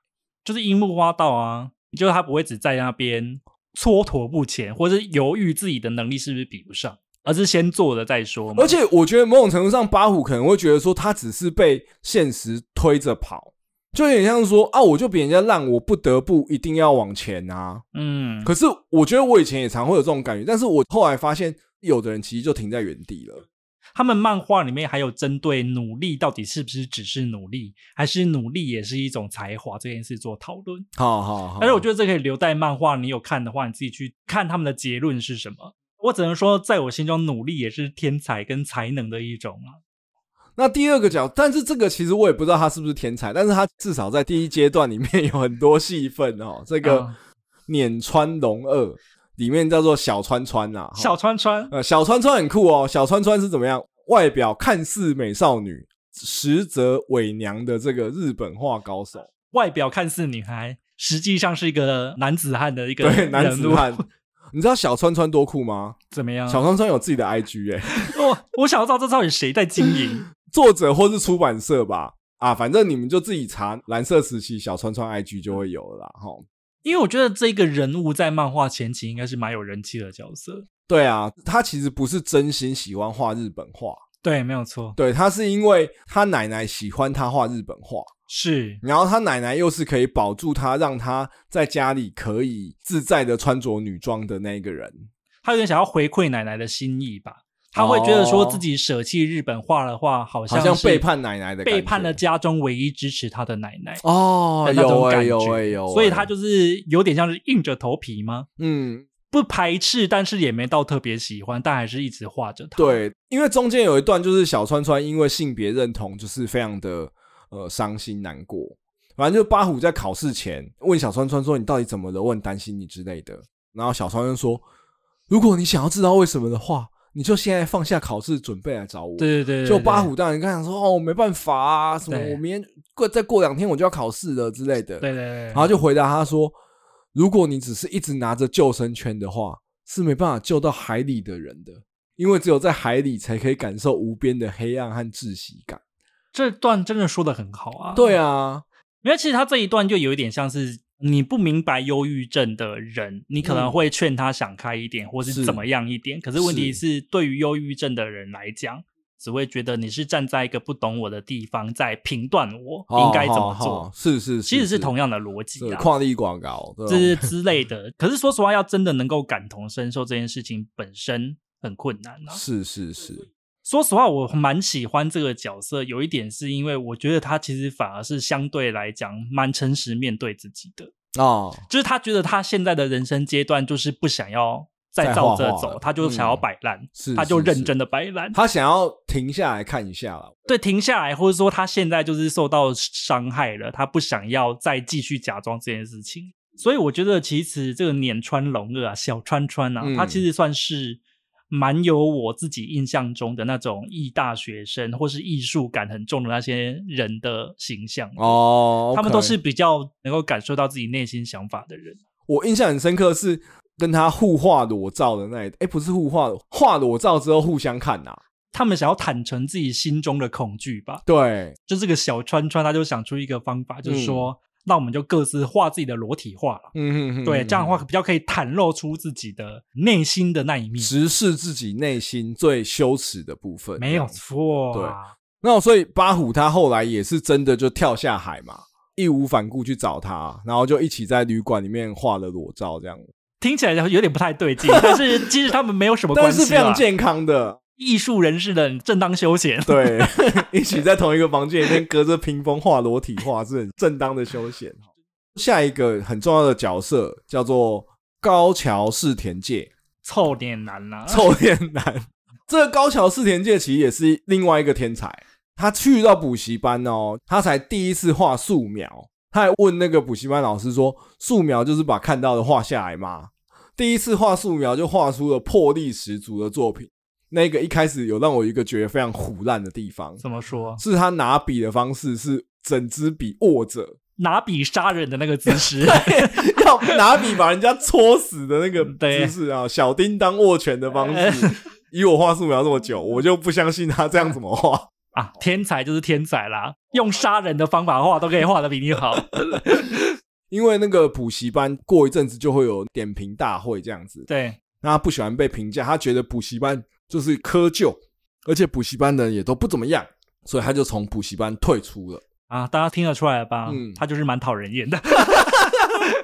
[SPEAKER 1] 就是樱木花道啊，就是他不会只在那边蹉跎不前，或是犹豫自己的能力是不是比不上，而是先做了再说嘛。
[SPEAKER 2] 而，且我觉得某种程度上，八虎可能会觉得说他只是被现实推着跑，就有点像说啊，我就比人家烂，我不得不一定要往前啊。
[SPEAKER 1] 嗯，
[SPEAKER 2] 可是我觉得我以前也常会有这种感觉，但是我后来发现，有的人其实就停在原地了。
[SPEAKER 1] 他们漫画里面还有针对努力到底是不是只是努力，还是努力也是一种才华这件事做讨论。
[SPEAKER 2] 好好好，
[SPEAKER 1] 但是我觉得这可以留待漫画，你有看的话，你自己去看他们的结论是什么。我只能说，在我心中，努力也是天才跟才能的一种啊。
[SPEAKER 2] 那第二个角，但是这个其实我也不知道他是不是天才，但是他至少在第一阶段里面有很多戏份哦。这个
[SPEAKER 1] 啊
[SPEAKER 2] 碾川龙二里面叫做小川川呐、啊，哈
[SPEAKER 1] 小川川，
[SPEAKER 2] 呃小川川很酷哦。小川川是怎么样？外表看似美少女，实则伪娘的这个日本画高手，
[SPEAKER 1] 外表看似女孩，实际上是一个男子汉的一个
[SPEAKER 2] 对男
[SPEAKER 1] 人
[SPEAKER 2] 子
[SPEAKER 1] 物 嗯
[SPEAKER 2] 汉。你知道小川川多酷吗？
[SPEAKER 1] 怎么样？
[SPEAKER 2] 小川川有自己的 IG 哎、
[SPEAKER 1] 我我想要知道这到底谁在经 营？
[SPEAKER 2] 作者或是出版社吧。啊，反正你们就自己查蓝色时期小川川 IG 就会有了啦，哈。
[SPEAKER 1] 因为我觉得这个人物在漫画前期应该是蛮有人气的角色。
[SPEAKER 2] 对啊，他其实不是真心喜欢画日本画，
[SPEAKER 1] 对，没有错，
[SPEAKER 2] 对他是因为他奶奶喜欢他画日本画，
[SPEAKER 1] 是
[SPEAKER 2] 然后他奶奶又是可以保住他，让他在家里可以自在的穿着女装的那一个人。
[SPEAKER 1] 他有点想要回馈奶奶的心意吧。他会觉得说
[SPEAKER 2] 哦
[SPEAKER 1] 自己舍弃日本画的话，好
[SPEAKER 2] 好
[SPEAKER 1] 像
[SPEAKER 2] 像
[SPEAKER 1] 是
[SPEAKER 2] 背叛奶奶的感觉
[SPEAKER 1] 背叛了家中唯一支持他的奶奶。
[SPEAKER 2] 哦
[SPEAKER 1] 的，那
[SPEAKER 2] 有
[SPEAKER 1] 种
[SPEAKER 2] 哎、
[SPEAKER 1] 感觉
[SPEAKER 2] 有哎、有欸
[SPEAKER 1] 所以他就是有点像是硬着头皮吗？
[SPEAKER 2] 嗯，
[SPEAKER 1] 不排斥，但是也没到特别喜欢，但还是一直画着他。，
[SPEAKER 2] 对，因为中间有一段就是小川川因为性别认同就是非常的呃伤心难过，反正就八虎在考试前问小川川说你到底怎么了？我很担心你之类的。然后小川川说，如果你想要知道为什么的话，你就现在放下考试，准备来找我。
[SPEAKER 1] 对对对对
[SPEAKER 2] 就八虎当然跟他讲说哦没办法啊，什么
[SPEAKER 1] 对
[SPEAKER 2] 我明天过再过两天我就要考试了之类的。
[SPEAKER 1] 对对对，
[SPEAKER 2] 然后就回答他说：“如果你只是一直拿着救生圈的话，是没办法救到海里的人的，因为只有在海里才可以感受无边的黑暗和窒息感。
[SPEAKER 1] 这段真的说的很好啊。”
[SPEAKER 2] 对，啊，
[SPEAKER 1] 因为其实他这一段就有一点像是你不明白忧郁症的人，你可能会劝他想开一点，或
[SPEAKER 2] 嗯是
[SPEAKER 1] 是怎么样一点。可是问题是，对于忧郁症的人来讲，只会觉得你是站在一个不懂我的地方在评断我应该怎么
[SPEAKER 2] 好好好
[SPEAKER 1] 做，
[SPEAKER 2] 哦是是，
[SPEAKER 1] 其实是同样的逻辑
[SPEAKER 2] 是哦
[SPEAKER 1] 啊。
[SPEAKER 2] 矿力广告，
[SPEAKER 1] 这
[SPEAKER 2] 对
[SPEAKER 1] 是
[SPEAKER 2] 吧
[SPEAKER 1] 之类的。可是说实话，要真的能够感同身受这件事情本身很困难啊。
[SPEAKER 2] 是是是，
[SPEAKER 1] 说实话，我蛮喜欢这个角色，有一点是因为我觉得他其实反而是相对来讲蛮诚实面对自己的，
[SPEAKER 2] 啊，
[SPEAKER 1] 就是他觉得他现在的人生阶段就是不想要
[SPEAKER 2] 再
[SPEAKER 1] 再照着
[SPEAKER 2] 画画
[SPEAKER 1] 走，
[SPEAKER 2] 了嗯
[SPEAKER 1] 他就想要摆烂，
[SPEAKER 2] 是
[SPEAKER 1] 他就是认
[SPEAKER 2] 是
[SPEAKER 1] 真的摆烂。
[SPEAKER 2] 他想要停下来看一下了。
[SPEAKER 1] 对，停下来，或者说他现在就是受到伤害了，他不想要再继续假装这件事情。所以我觉得，其实这个碾川龙二啊，小川川啊，
[SPEAKER 2] 嗯
[SPEAKER 1] 他其实算是蛮有我自己印象中的那种艺大学生或是艺术感很重的那些人的形象。
[SPEAKER 2] 哦，
[SPEAKER 1] 他们
[SPEAKER 2] OK
[SPEAKER 1] 都是比较能够感受到自己内心想法的人。
[SPEAKER 2] 我印象很深刻是跟他互画裸照的那一，哎，不是互画，画裸照之后互相看啊呐、
[SPEAKER 1] 他们想要坦诚自己心中的恐惧吧，
[SPEAKER 2] 对，
[SPEAKER 1] 就这个小川川，他就想出一个方法，就是说，那我们就各自画自己的裸体画了。
[SPEAKER 2] 嗯哼哼，
[SPEAKER 1] 对，这样的
[SPEAKER 2] 嗯
[SPEAKER 1] 话比较可以袒露出自己的内心的那一面，
[SPEAKER 2] 直视自己内心最羞耻的部分。
[SPEAKER 1] 没
[SPEAKER 2] 这
[SPEAKER 1] 有
[SPEAKER 2] 样子
[SPEAKER 1] 错、
[SPEAKER 2] 对
[SPEAKER 1] 啊。
[SPEAKER 2] 那所以巴虎他后来也是真的就跳下海嘛，义无反顾去找他，然后就一起在旅馆里面画了裸照这样，
[SPEAKER 1] 听起来有点不太对劲，但是其实他们没有什么
[SPEAKER 2] 但
[SPEAKER 1] 关系
[SPEAKER 2] 是
[SPEAKER 1] 啦，
[SPEAKER 2] 非常健康的，
[SPEAKER 1] 艺术人士的正当休闲。
[SPEAKER 2] 对，一起在同一个房间里面隔着屏风画裸体画是很正当的休闲。下一个很重要的角色叫做高桥世田介，
[SPEAKER 1] 臭脸男啊啦、
[SPEAKER 2] 臭脸男。这个高桥四田介其实也是另外一个天才，他去到补习班哦，他才第一次画素描，他还问那个补习班老师说：“素描就是把看到的画下来吗？”第一次画素描就画出了魄力十足的作品。那个一开始有让我一个觉得非常虎烂的地方，
[SPEAKER 1] 怎么说？
[SPEAKER 2] 是他拿笔的方式是整支笔 握着，
[SPEAKER 1] 拿笔杀人的那个姿 势，
[SPEAKER 2] 要拿笔把人家戳死的那个
[SPEAKER 1] 对
[SPEAKER 2] 姿势啊，小叮当握拳的方 式。以我画素描这么久，我就不相信他这样怎 么画。
[SPEAKER 1] 啊，天才就是天才啦，用杀人的方法画都可以画的比你好。
[SPEAKER 2] 因为那个补习班过一阵子就会有点评大会这样子，
[SPEAKER 1] 对，
[SPEAKER 2] 那他不喜欢被评价，他觉得补习班就是窠臼，而且补习班的人也都不怎么样，所以他就从补习班退出了。
[SPEAKER 1] 啊，大家听得出来吧？
[SPEAKER 2] 嗯
[SPEAKER 1] 他就是蛮讨人厌 的。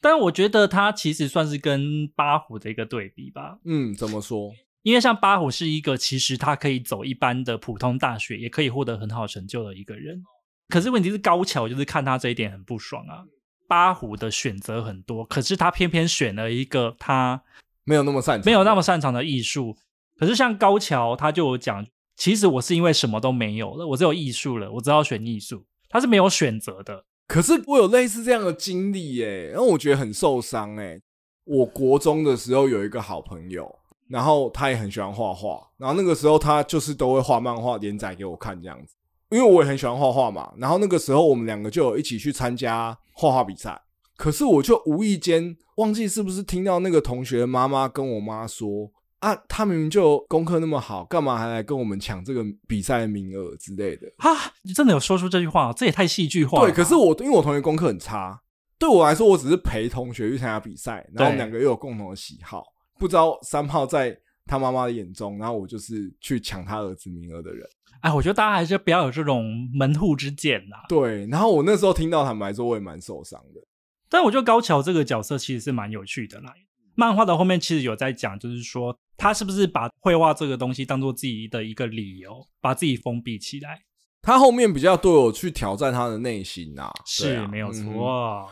[SPEAKER 1] 但我觉得他其实算是跟八虎的一个对比吧，
[SPEAKER 2] 嗯，怎么说？
[SPEAKER 1] 因为像八虎是一个其实他可以走一般的普通大学，也可以获得很好成就的一个人。可是问题是高桥就是看他这一点很不爽啊。八虎的选择很多，可是他偏偏选了一个他
[SPEAKER 2] 没有那么擅长，
[SPEAKER 1] 没有那么擅长的艺术。可是像高桥，他就有讲，其实我是因为什么都没有了，我只有艺术了，我只好选艺术。他是没有选择的，
[SPEAKER 2] 可是我有类似这样的经历耶、然后我觉得很受伤哎、我国中的时候有一个好朋友，然后他也很喜欢画画，然后那个时候他就是都会画漫画连载给我看这样子，因为我也很喜欢画画嘛。然后那个时候我们两个就有一起去参加画画比赛，可是我就无意间忘记是不是听到那个同学的妈妈跟我妈说。啊，他明明就功课那么好，干嘛还来跟我们抢这个比赛的名额之类的？
[SPEAKER 1] 哈，你真的有说出这句话，哦这也太戏剧化了
[SPEAKER 2] 对，
[SPEAKER 1] 吧。
[SPEAKER 2] 可是我因为我同学功课很差，对我来说，我只是陪同学去参加比赛，然后我们两个又有共同的喜好。不知道三炮在他妈妈的眼中，然后我就是去抢他儿子名额的人。
[SPEAKER 1] 哎，我觉得大家还是不要有这种门户之见啦。
[SPEAKER 2] 对，然后我那时候听到，坦白说，我也蛮受伤的。
[SPEAKER 1] 但我觉得高桥这个角色其实是蛮有趣的啦。漫画的后面其实有在讲，就是说他是不是把绘画这个东西当做自己的一个理由，把自己封闭起来，
[SPEAKER 2] 他后面比较对我去挑战他的内心啊，对
[SPEAKER 1] 是、
[SPEAKER 2] 啊
[SPEAKER 1] 没有错。
[SPEAKER 2] 嗯哼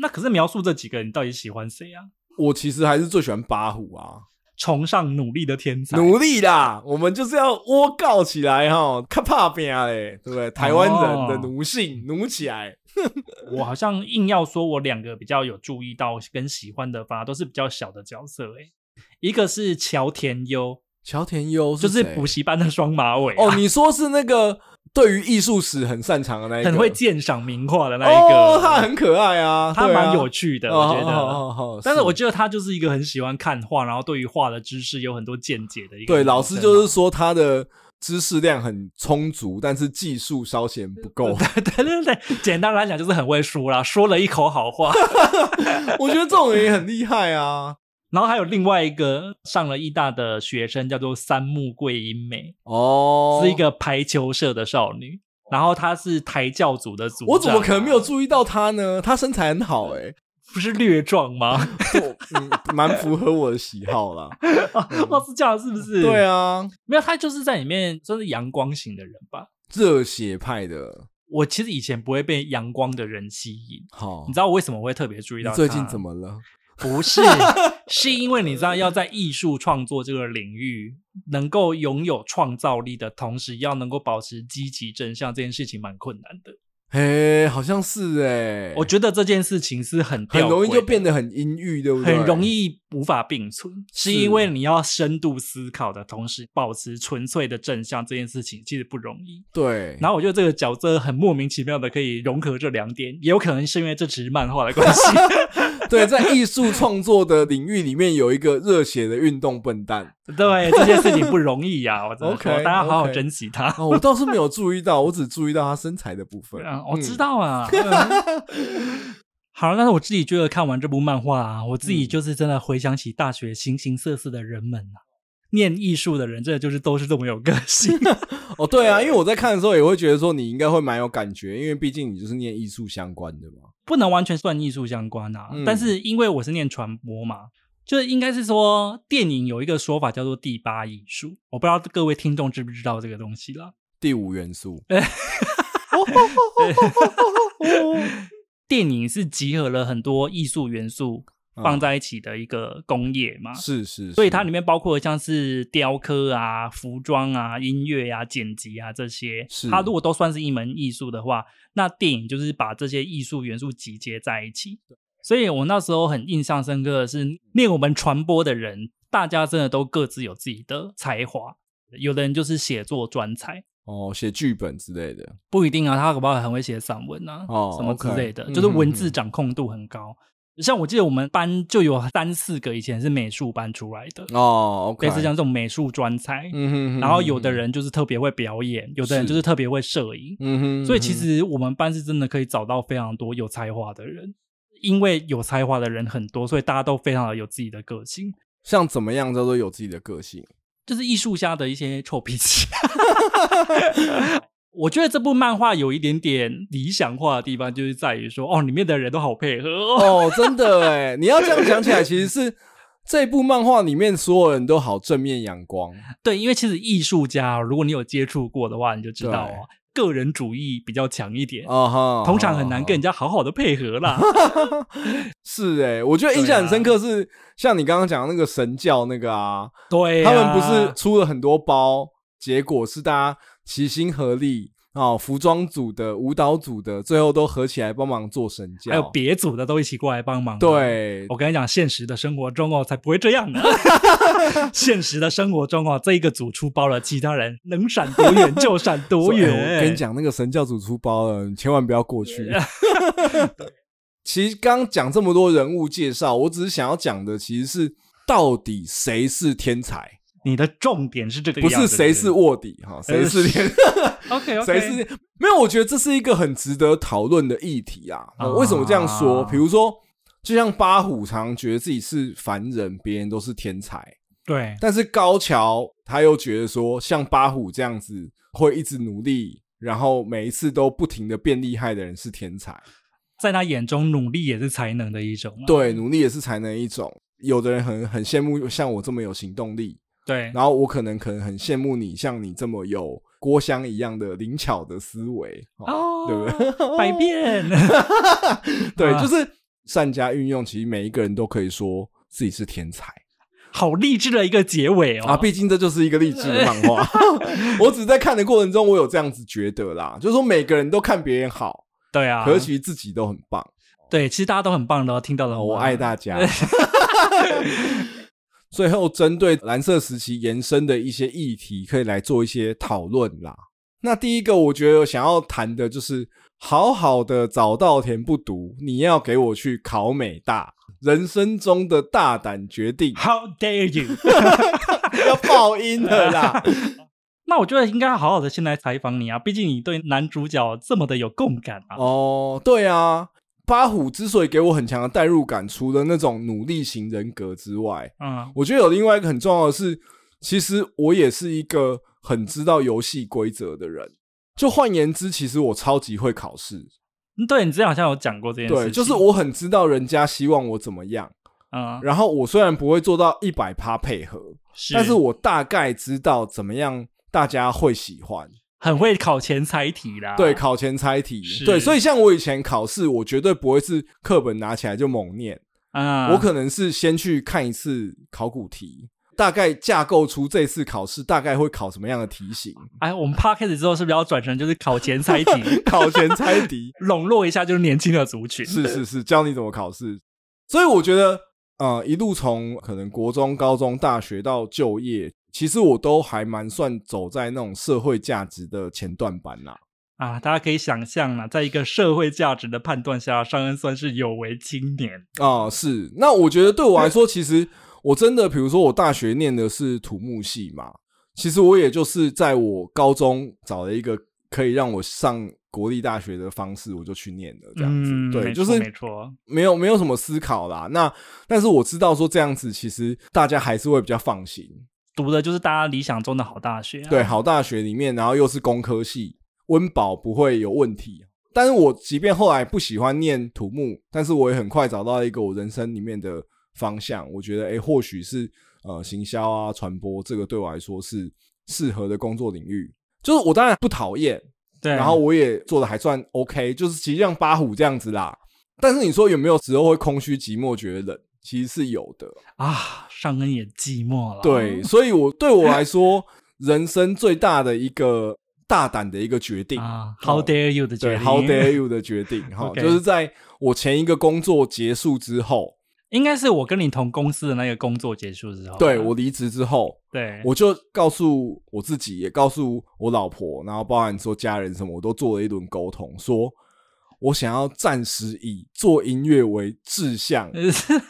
[SPEAKER 1] 那可是描述这几个人到底喜欢谁啊？
[SPEAKER 2] 我其实还是最喜欢八虎啊，
[SPEAKER 1] 崇尚努力的天才，
[SPEAKER 2] 努力啦，我们就是要窝告起来哈，看怕拼嘞，对不对？台湾人
[SPEAKER 1] 哦
[SPEAKER 2] 的奴性，奴起来。
[SPEAKER 1] 我好像硬要说，我两个比较有注意到跟喜欢的，反而都是比较小的角色、欸。一个是乔田优，
[SPEAKER 2] 乔田优
[SPEAKER 1] 就是
[SPEAKER 2] 谁啊
[SPEAKER 1] 补习班的双马尾、啊，
[SPEAKER 2] 哦，你说是那个对于艺术史很擅长的那一个，
[SPEAKER 1] 很会鉴赏名画的那一个，
[SPEAKER 2] 哦，他很可爱啊，
[SPEAKER 1] 他
[SPEAKER 2] 对啊
[SPEAKER 1] 蛮有趣的，我觉得。
[SPEAKER 2] 哦哦哦哦
[SPEAKER 1] 但是我觉得他就是一个很喜欢看画，然后对于画的知识有很多见解的一哦个。啊
[SPEAKER 2] 对老师就是，说他的知识量很充足，但是技术稍显不 够。
[SPEAKER 1] 对 对对对，简单来讲就是很会说啦，说了一口好 话。
[SPEAKER 2] 我觉得这种人也很厉害啊。
[SPEAKER 1] 然后还有另外一个上了艺大的学生叫做三木桂英美，
[SPEAKER 2] 哦，
[SPEAKER 1] 是一，个排球社的少女，然后她是台教组的组长啊，
[SPEAKER 2] 我怎么可能没有注意到他呢？他身材很好哎、
[SPEAKER 1] 不是略壮吗？
[SPEAKER 2] 我嗯蛮符合我的喜好啦。
[SPEAKER 1] 哦，是这样是不 是？
[SPEAKER 2] 嗯对，啊，
[SPEAKER 1] 没有，她就是在里面算是阳光型的人吧。
[SPEAKER 2] 热血派的，
[SPEAKER 1] 我其实以前不会被阳光的人吸引，
[SPEAKER 2] 好
[SPEAKER 1] 你，知道我为什么会特别注意
[SPEAKER 2] 哦你
[SPEAKER 1] 到她？
[SPEAKER 2] 最近怎么了？
[SPEAKER 1] 不 是，是因为你知道要在艺术创作这个领域能够拥有创造力的同时，要能够保持积极正向，这件事情蛮困难的。
[SPEAKER 2] 嘿，好像是哎、
[SPEAKER 1] 我觉得这件事情是很
[SPEAKER 2] 很
[SPEAKER 1] 吊诡
[SPEAKER 2] 容易就
[SPEAKER 1] 的
[SPEAKER 2] 变得很阴郁，对不对？
[SPEAKER 1] 很容易无法并存，是
[SPEAKER 2] 是
[SPEAKER 1] 因为你要深度思考的同时，保持纯粹的正向这件事情其实不容易。
[SPEAKER 2] 对。
[SPEAKER 1] 然后我觉得这个角色很莫名其妙的可以融合这两点，也有可能是因为这只是漫画的 关系。
[SPEAKER 2] 对，在艺术创作的领域里面有一个热血的运动笨蛋
[SPEAKER 1] 对，这件事情不容易呀、我真的说
[SPEAKER 2] OK，
[SPEAKER 1] 大家好好
[SPEAKER 2] OK
[SPEAKER 1] 珍惜它。
[SPEAKER 2] 哦，我倒是没有注意到，我 只注意到他身材的部分。
[SPEAKER 1] 啊，我知
[SPEAKER 2] 嗯，
[SPEAKER 1] 道啊。嗯 好，但是我自己觉得看完这部漫画啊，我自己
[SPEAKER 2] 嗯
[SPEAKER 1] 就是真的回想起大学形形色色的人们啊，念艺术的人真的就是都是这么有个 性。
[SPEAKER 2] 哦，对啊，因为我在看的时候也会觉得说你应该会蛮有感觉，因为毕竟你就是念艺术相关的嘛。
[SPEAKER 1] 不能完全算艺术相关啊，
[SPEAKER 2] 嗯
[SPEAKER 1] 但是因为我是念传播嘛，就是应该是说电影有一个说法叫做第八艺术，我不知道各位听众知不知道这个东西啦。
[SPEAKER 2] 第五元素，
[SPEAKER 1] 电影是集合了很多艺术元素
[SPEAKER 2] 嗯
[SPEAKER 1] 放在一起的一个工业嘛，
[SPEAKER 2] 是是，
[SPEAKER 1] 啊所以
[SPEAKER 2] 是
[SPEAKER 1] 它里面包括像是雕刻啊、服装啊、音乐啊、剪辑啊这些
[SPEAKER 2] 是，
[SPEAKER 1] 它如果都算是一门艺术的话，那电影就是把这些艺术元素集结在一起。所以我那时候很印象深刻的是，念我们传播的人，大家真的都各自有自己的才华，有的人就是写作专才。
[SPEAKER 2] 哦，写剧本之类的，
[SPEAKER 1] 不一定啊，他搞不好很会写散文啊，
[SPEAKER 2] 哦
[SPEAKER 1] 什么之
[SPEAKER 2] OK
[SPEAKER 1] 类的，
[SPEAKER 2] 嗯
[SPEAKER 1] 就是
[SPEAKER 2] 哼
[SPEAKER 1] 文
[SPEAKER 2] 哼
[SPEAKER 1] 字掌控度很高。像我记得我们班就有三四个以前是美术班出来的，
[SPEAKER 2] 哦，OK，
[SPEAKER 1] 类似像这种美术专才，
[SPEAKER 2] 嗯哼哼，
[SPEAKER 1] 然后有的，人就是特别会表演，有的人
[SPEAKER 2] 是
[SPEAKER 1] 就是特别会摄影，
[SPEAKER 2] 嗯哼，
[SPEAKER 1] 所以其实我们班是真的可以找到非常多有才华的人，因为有才华的人很多，所以大家都非常的有自己的个性，
[SPEAKER 2] 像怎么样叫做有自己的个性，
[SPEAKER 1] 就是艺术家的一些臭脾气。 我觉得这部漫画有一点点理想化的地方，就是在于说，哦，里面的人都好配合哦。
[SPEAKER 2] 哦，真的哎，你要这样讲起来，其实是这部漫画里面所有人都好正面 阳光，
[SPEAKER 1] 对，因为其实艺术家，如果你有接触过的话，你就知道哦，个人主义比较强一点，
[SPEAKER 2] 啊哈，
[SPEAKER 1] 通常很难跟人家好好的配合 啦。
[SPEAKER 2] 是哎、我觉得印象很深刻是像你刚刚讲的那个神教那个啊，
[SPEAKER 1] 对啊、
[SPEAKER 2] 他们不是出了很多包，结果是大家齐心合力哦，服装组的、舞蹈组的，最后都合起来帮忙做神教。
[SPEAKER 1] 还有哦别组的都一起过来帮忙。，啊
[SPEAKER 2] 对，
[SPEAKER 1] 我跟你讲，现实的生活中哦，才不会这样 呢。现实的生活中哦，这一个组出包了，其他人能闪多远就闪多
[SPEAKER 2] 说
[SPEAKER 1] 远。
[SPEAKER 2] 哎我跟你，讲，那个神教主出包了，你千万不要过去。 其实刚讲这么多人物介绍，我只是想要讲的其实是到底谁是天才，
[SPEAKER 1] 你的重点是这个
[SPEAKER 2] 不
[SPEAKER 1] 样子，呃
[SPEAKER 2] 是谁是卧底哈，谁是天。
[SPEAKER 1] OK OK，
[SPEAKER 2] 谁是没有？我觉得这是一个很值得讨论的议题啊！
[SPEAKER 1] 啊
[SPEAKER 2] 我为什么这样说？比如说，就像八虎常觉得自己是凡人，别人都是天才，
[SPEAKER 1] 对
[SPEAKER 2] 但是高桥他又觉得说，像八虎这样子会一直努力，然后每一次都不停的变厉害的人是天才。
[SPEAKER 1] 在他眼中，努力也是才能的一种嘛。啊
[SPEAKER 2] 对，努力也是才能一种。有的人很很羡慕像我这么有行动力，
[SPEAKER 1] 对，
[SPEAKER 2] 然后我可能可能很羡慕你，像你这么有郭襄一样的灵巧的思维，
[SPEAKER 1] 哦，
[SPEAKER 2] 对不对？
[SPEAKER 1] 对？百变，
[SPEAKER 2] 对，
[SPEAKER 1] 啊
[SPEAKER 2] 就是善加运用，其实每一个人都可以说自己是天才、
[SPEAKER 1] 好励志的一个结尾哦。
[SPEAKER 2] 啊。毕竟这就是一个励志的漫 画。我只是在看的过程中，我有这样子觉得啦，就是说每个人都看别人好，
[SPEAKER 1] 对啊，
[SPEAKER 2] 可是其实自己都很棒。
[SPEAKER 1] 对，其实大家都很棒的哦，听到了吗，
[SPEAKER 2] 我爱 大家。最后，针对蓝色时期延伸的一些议题，可以来做一些讨论啦。那第一个，我觉得想要谈的就是，好好的早稻田不读，你要给我去考美大，人生中的大胆决 定
[SPEAKER 1] How dare you！
[SPEAKER 2] 要爆音了啦。
[SPEAKER 1] 那我觉得应该好好的先来采访你啊，毕竟你对男主角这么的有共感啊。
[SPEAKER 2] 哦，对啊，八虎之所以给我很强的代入感，除了那种努力型人格之外，
[SPEAKER 1] 嗯，
[SPEAKER 2] 我觉得有另外一个很重要的是，其实我也是一个很知道游戏规则的人。就换言之，其实我超级会考试，
[SPEAKER 1] 嗯对你之前好像有讲过这件事
[SPEAKER 2] 对，
[SPEAKER 1] 情，
[SPEAKER 2] 就是，我很知道人家希望我怎么样。
[SPEAKER 1] 嗯，
[SPEAKER 2] 然后我虽然不会做到一百趴配合，
[SPEAKER 1] 是，
[SPEAKER 2] 但是我大概知道怎么样大家会喜欢。
[SPEAKER 1] 很会考前猜题啦。
[SPEAKER 2] 对，考前猜题，
[SPEAKER 1] 啊是
[SPEAKER 2] 对，所以像我以前考试，我绝对不会是课本拿起来就猛念，
[SPEAKER 1] 嗯，
[SPEAKER 2] 我可能是先去看一次考古题，大概架构出这次考试大概会考什么样的题型，，
[SPEAKER 1] 哎，我们 p o d c a s 之后是不是要转成就是考前猜题
[SPEAKER 2] 考前猜题，
[SPEAKER 1] 笼络一下就是年轻的族群？
[SPEAKER 2] 是是是，教你怎么考试。所以我觉得，呃，一路从可能国中、高中、大学到就业，其实我都还蛮算走在那种社会价值的前段班啦、
[SPEAKER 1] 啊，大家可以想象啦，在一个社会价值的判断下，尚恩算是有为青年。
[SPEAKER 2] 啊、是。那我觉得对我来说，其实我真的，比如说我大学念的是土木系嘛，其实我也就是在我高中找了一个可以让我上国立大学的方式，我就去念了这样子。
[SPEAKER 1] 嗯
[SPEAKER 2] 对，
[SPEAKER 1] 没
[SPEAKER 2] 就
[SPEAKER 1] 错
[SPEAKER 2] 是
[SPEAKER 1] 没错，
[SPEAKER 2] 没有没有什么思考啦。那但是我知道说这样子，其实大家还是会比较放心。
[SPEAKER 1] 读的就是大家理想中的好大学、啊。
[SPEAKER 2] 对，，好大学里面，然后又是工科系，温饱不会有问题。但是我即便后来不喜欢念土木，但是我也很快找到一个我人生里面的方向。我觉得，诶，或许是呃行销啊、传播这个对我来说是适合的工作领域。就是我当然不讨厌，
[SPEAKER 1] 对，
[SPEAKER 2] 然后我也做的还算 OK，就是其实像八虎这样子啦。但是你说有没有时候会空虚、寂寞、觉得冷？其实是有的。
[SPEAKER 1] 啊，尚恩也寂寞了。
[SPEAKER 2] 对，所以我对我来说，人生最大的一个大胆的一个决定哦
[SPEAKER 1] 啊，How dare you 的决
[SPEAKER 2] 对
[SPEAKER 1] 定
[SPEAKER 2] ，How dare you 的 决定，哈，
[SPEAKER 1] OK
[SPEAKER 2] 就是在我前一个工作结束之后，
[SPEAKER 1] 应该是我跟你同公司的那个工作结束之后啊，
[SPEAKER 2] 对我离职之后，
[SPEAKER 1] 对
[SPEAKER 2] 我就告诉我自己，也告诉我老婆，然后包含说家人什么，我都做了一轮沟通，说我想要暂时以做音乐为志 向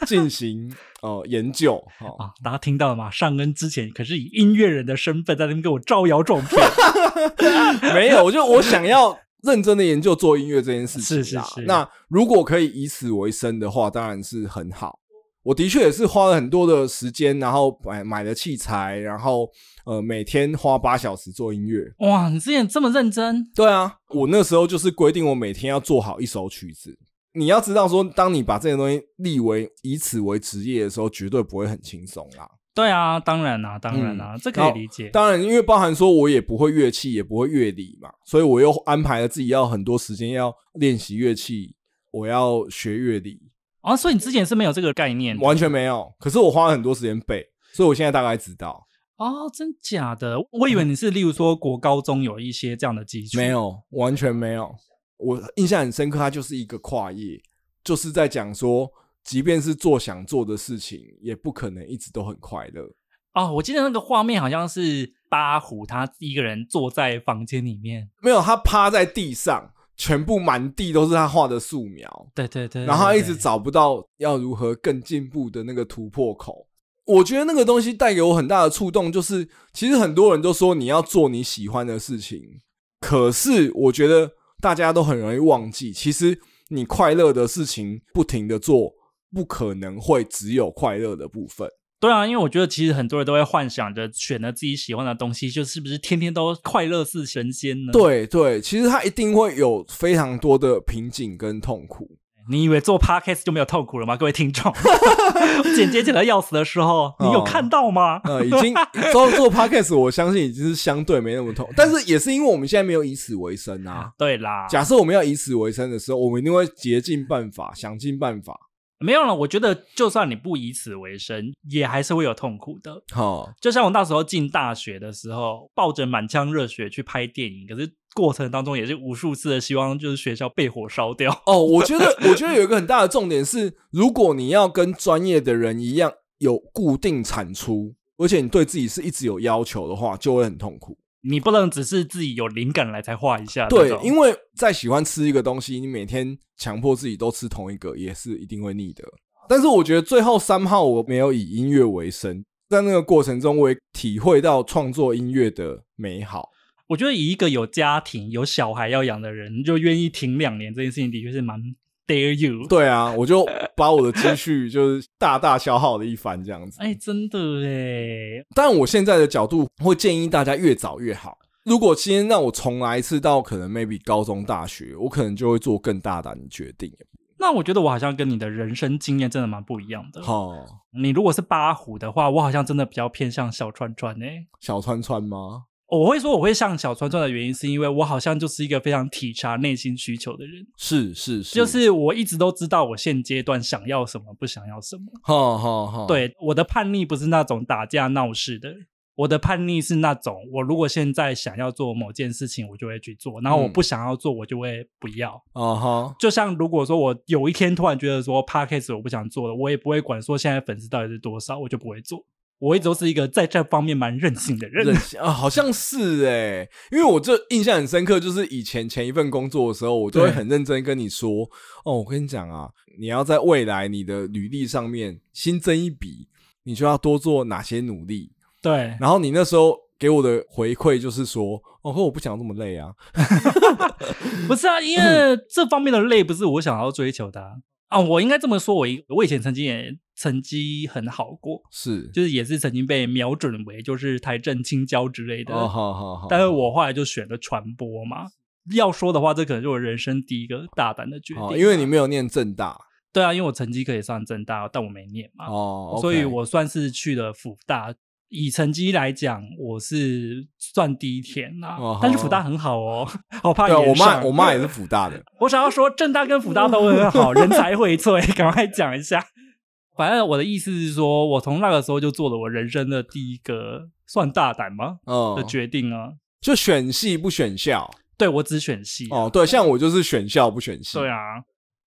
[SPEAKER 2] 进行呃研究，哈、
[SPEAKER 1] 啊，大家听到了吗？尚恩之前可是以音乐人的身份在那边给我招摇撞骗，
[SPEAKER 2] 没有，就我想要认真的研究做音乐这件事情啦。啊
[SPEAKER 1] 是是是
[SPEAKER 2] 那如果可以以此为生的话，当然是很好。我的确也是花了很多的时间，然后买买了器材，然后呃每天花八小时做音乐。
[SPEAKER 1] 哇，你之前这么认真，
[SPEAKER 2] 对啊，我那时候就是规定我每天要做好一首曲子。你要知道说，当你把这些东西立为以此为职业的时候，绝对不会很轻松啦。
[SPEAKER 1] 对啊，当然啦、当然啦、这可以理解。
[SPEAKER 2] 嗯当然，因为包含说我也不会乐器，也不会乐理嘛，所以我又安排了自己要很多时间要练习乐器，我要学乐理，
[SPEAKER 1] 哦，所以你之前是没有这个概念的
[SPEAKER 2] 完全没有。可是我花了很多时间背，所以我现在大概知道
[SPEAKER 1] 哦，真假的？我以为你是例如说国高中有一些这样的基础，
[SPEAKER 2] 没有，完全没有。我印象很深刻，它就是一个跨业，就是在讲说，即便是做想做的事情，也不可能一直都很快乐。
[SPEAKER 1] 哦。我记得那个画面好像是八虎他一个人坐在房间里面，
[SPEAKER 2] 没有，他趴在地上，全部满地都是他画的素描。
[SPEAKER 1] 对对对，
[SPEAKER 2] 然后他
[SPEAKER 1] 对
[SPEAKER 2] 一直，找不到要如何更进步的那个突破口。我觉得那个东西带给我很大的触动，就是其实很多人都说你要做你喜欢的事情，可是我觉得大家都很容易忘记，其实你快乐的事情不停的做，不可能会只有快乐的部分。
[SPEAKER 1] 对对啊，因为我觉得其实很多人都会幻想着选了自己喜欢的东西，就是不是天天都快乐似神仙呢？，
[SPEAKER 2] 对对，其实它一定会有非常多的瓶颈跟痛苦。
[SPEAKER 1] 你以为做 podcast 就没有痛苦了吗？各位听 众，剪接剪的要死的时候，你有看到吗？
[SPEAKER 2] 嗯 呃，已经做做 podcast，我相信已经是相对没那么痛，但是也是因为我们现在没有以此为生啊。
[SPEAKER 1] 对啦，
[SPEAKER 2] 假设我们要以此为生的时候，我们一定会竭尽办法，想尽办法。
[SPEAKER 1] 没有了。我觉得就算你不以此为生，也还是会有痛苦的。
[SPEAKER 2] 好，
[SPEAKER 1] 就像我那时候进大学的时候，抱着满腔热血去拍电影，可是过程当中也是无数次的希望，就是学校被火烧掉。
[SPEAKER 2] 哦，我觉得， 我觉得有一个很大的重点是，如果你要跟专业的人一样有固定产出，而且你对自己是一直有要求的话，就会很痛苦。
[SPEAKER 1] 你不能只是自己有灵感来才画一下，
[SPEAKER 2] 对，因
[SPEAKER 1] 为
[SPEAKER 2] 为再喜欢吃一个东西，你每天强迫自己都吃同一个，也是一定会腻的。但是我觉得最后三号我没有以音乐为生，在那个过程中，我也体会到创作音乐的美好。
[SPEAKER 1] 我觉得以一个有家庭、有小孩要养的人，就愿意停两年这件事情，的确是蛮 dare you。
[SPEAKER 2] 对啊，我就把我的积蓄就是大大消耗了一番这样子。
[SPEAKER 1] 哎，真的哎，
[SPEAKER 2] 但我现在的角度会建议大家越早越好。如果今天让我重来一次，到可能 maybe 高中、大学，我可能就会做更大胆的决定。
[SPEAKER 1] 那我觉得我好像跟你的人生经验真的蛮不一样的。
[SPEAKER 2] 好、
[SPEAKER 1] 你如果是八虎的话，我好像真的比较偏向小串串哎、
[SPEAKER 2] 小川川吗？
[SPEAKER 1] 我会说我会像小川川的原因，是因为我好像就是一个非常体察内心需求的人，
[SPEAKER 2] 是是是，
[SPEAKER 1] 就是我一直都知道我现阶段想要什么，不想要什么。
[SPEAKER 2] 哈哈哈，
[SPEAKER 1] 对，我的叛逆不是那种打架闹事的，我的叛逆是那种我如果现在想要做某件事情，我就会去做，然后我
[SPEAKER 2] 嗯
[SPEAKER 1] 不想要做，我就会不要。
[SPEAKER 2] 啊哈，
[SPEAKER 1] 就像如果说我有一天突然觉得说 podcast 我不想做了，我也不会管说现在粉丝到底是多少，我就不会做。我一直都是一个在这方面蛮任性的人
[SPEAKER 2] 任。性啊，好像是哎、因为我这印象很深刻，就是以前前一份工作的时候，我就会
[SPEAKER 1] 对
[SPEAKER 2] 很认真跟你说，哦，我跟你讲啊，你要在未来你的履历上面新增一笔，你就要多做哪些努力。
[SPEAKER 1] 对，
[SPEAKER 2] 然后你那时候给我的回馈就是说，哦，可我不想那么累啊。
[SPEAKER 1] 不是啊，因
[SPEAKER 2] 嗯
[SPEAKER 1] 为这方面的累不是我想要追求的啊。啊我应该这么说，我一我以前曾经也成绩很好过，
[SPEAKER 2] 是，
[SPEAKER 1] 就是也是曾经被瞄准为就是台政青交之类的。
[SPEAKER 2] 哦，好好好，
[SPEAKER 1] 但是我后来就选了传播嘛。要说的话，这可能是我人生第一个大胆的决定、啊
[SPEAKER 2] 哦，因为你没有念正大
[SPEAKER 1] 对啊，因为我成绩可以上正大，但我没念嘛，
[SPEAKER 2] 哦，
[SPEAKER 1] 所以
[SPEAKER 2] OK
[SPEAKER 1] 我算是去了辅大。以成绩来讲，我是算低田啦、
[SPEAKER 2] 哦
[SPEAKER 1] 但是辅大很好哦， 好怕
[SPEAKER 2] 对啊，
[SPEAKER 1] 延
[SPEAKER 2] 我妈
[SPEAKER 1] 上
[SPEAKER 2] 我妈也是辅 大的，
[SPEAKER 1] 我想要说，正大跟辅大都很 好，人才荟萃，赶快讲一下。反正我的意思是说，我从那个时候就做了我人生的第一个算大胆吗
[SPEAKER 2] 嗯
[SPEAKER 1] 的，决定啊。
[SPEAKER 2] 就选系不选校
[SPEAKER 1] 对我只选系、啊
[SPEAKER 2] 哦，对，像我就是选校不选系，
[SPEAKER 1] 对，啊。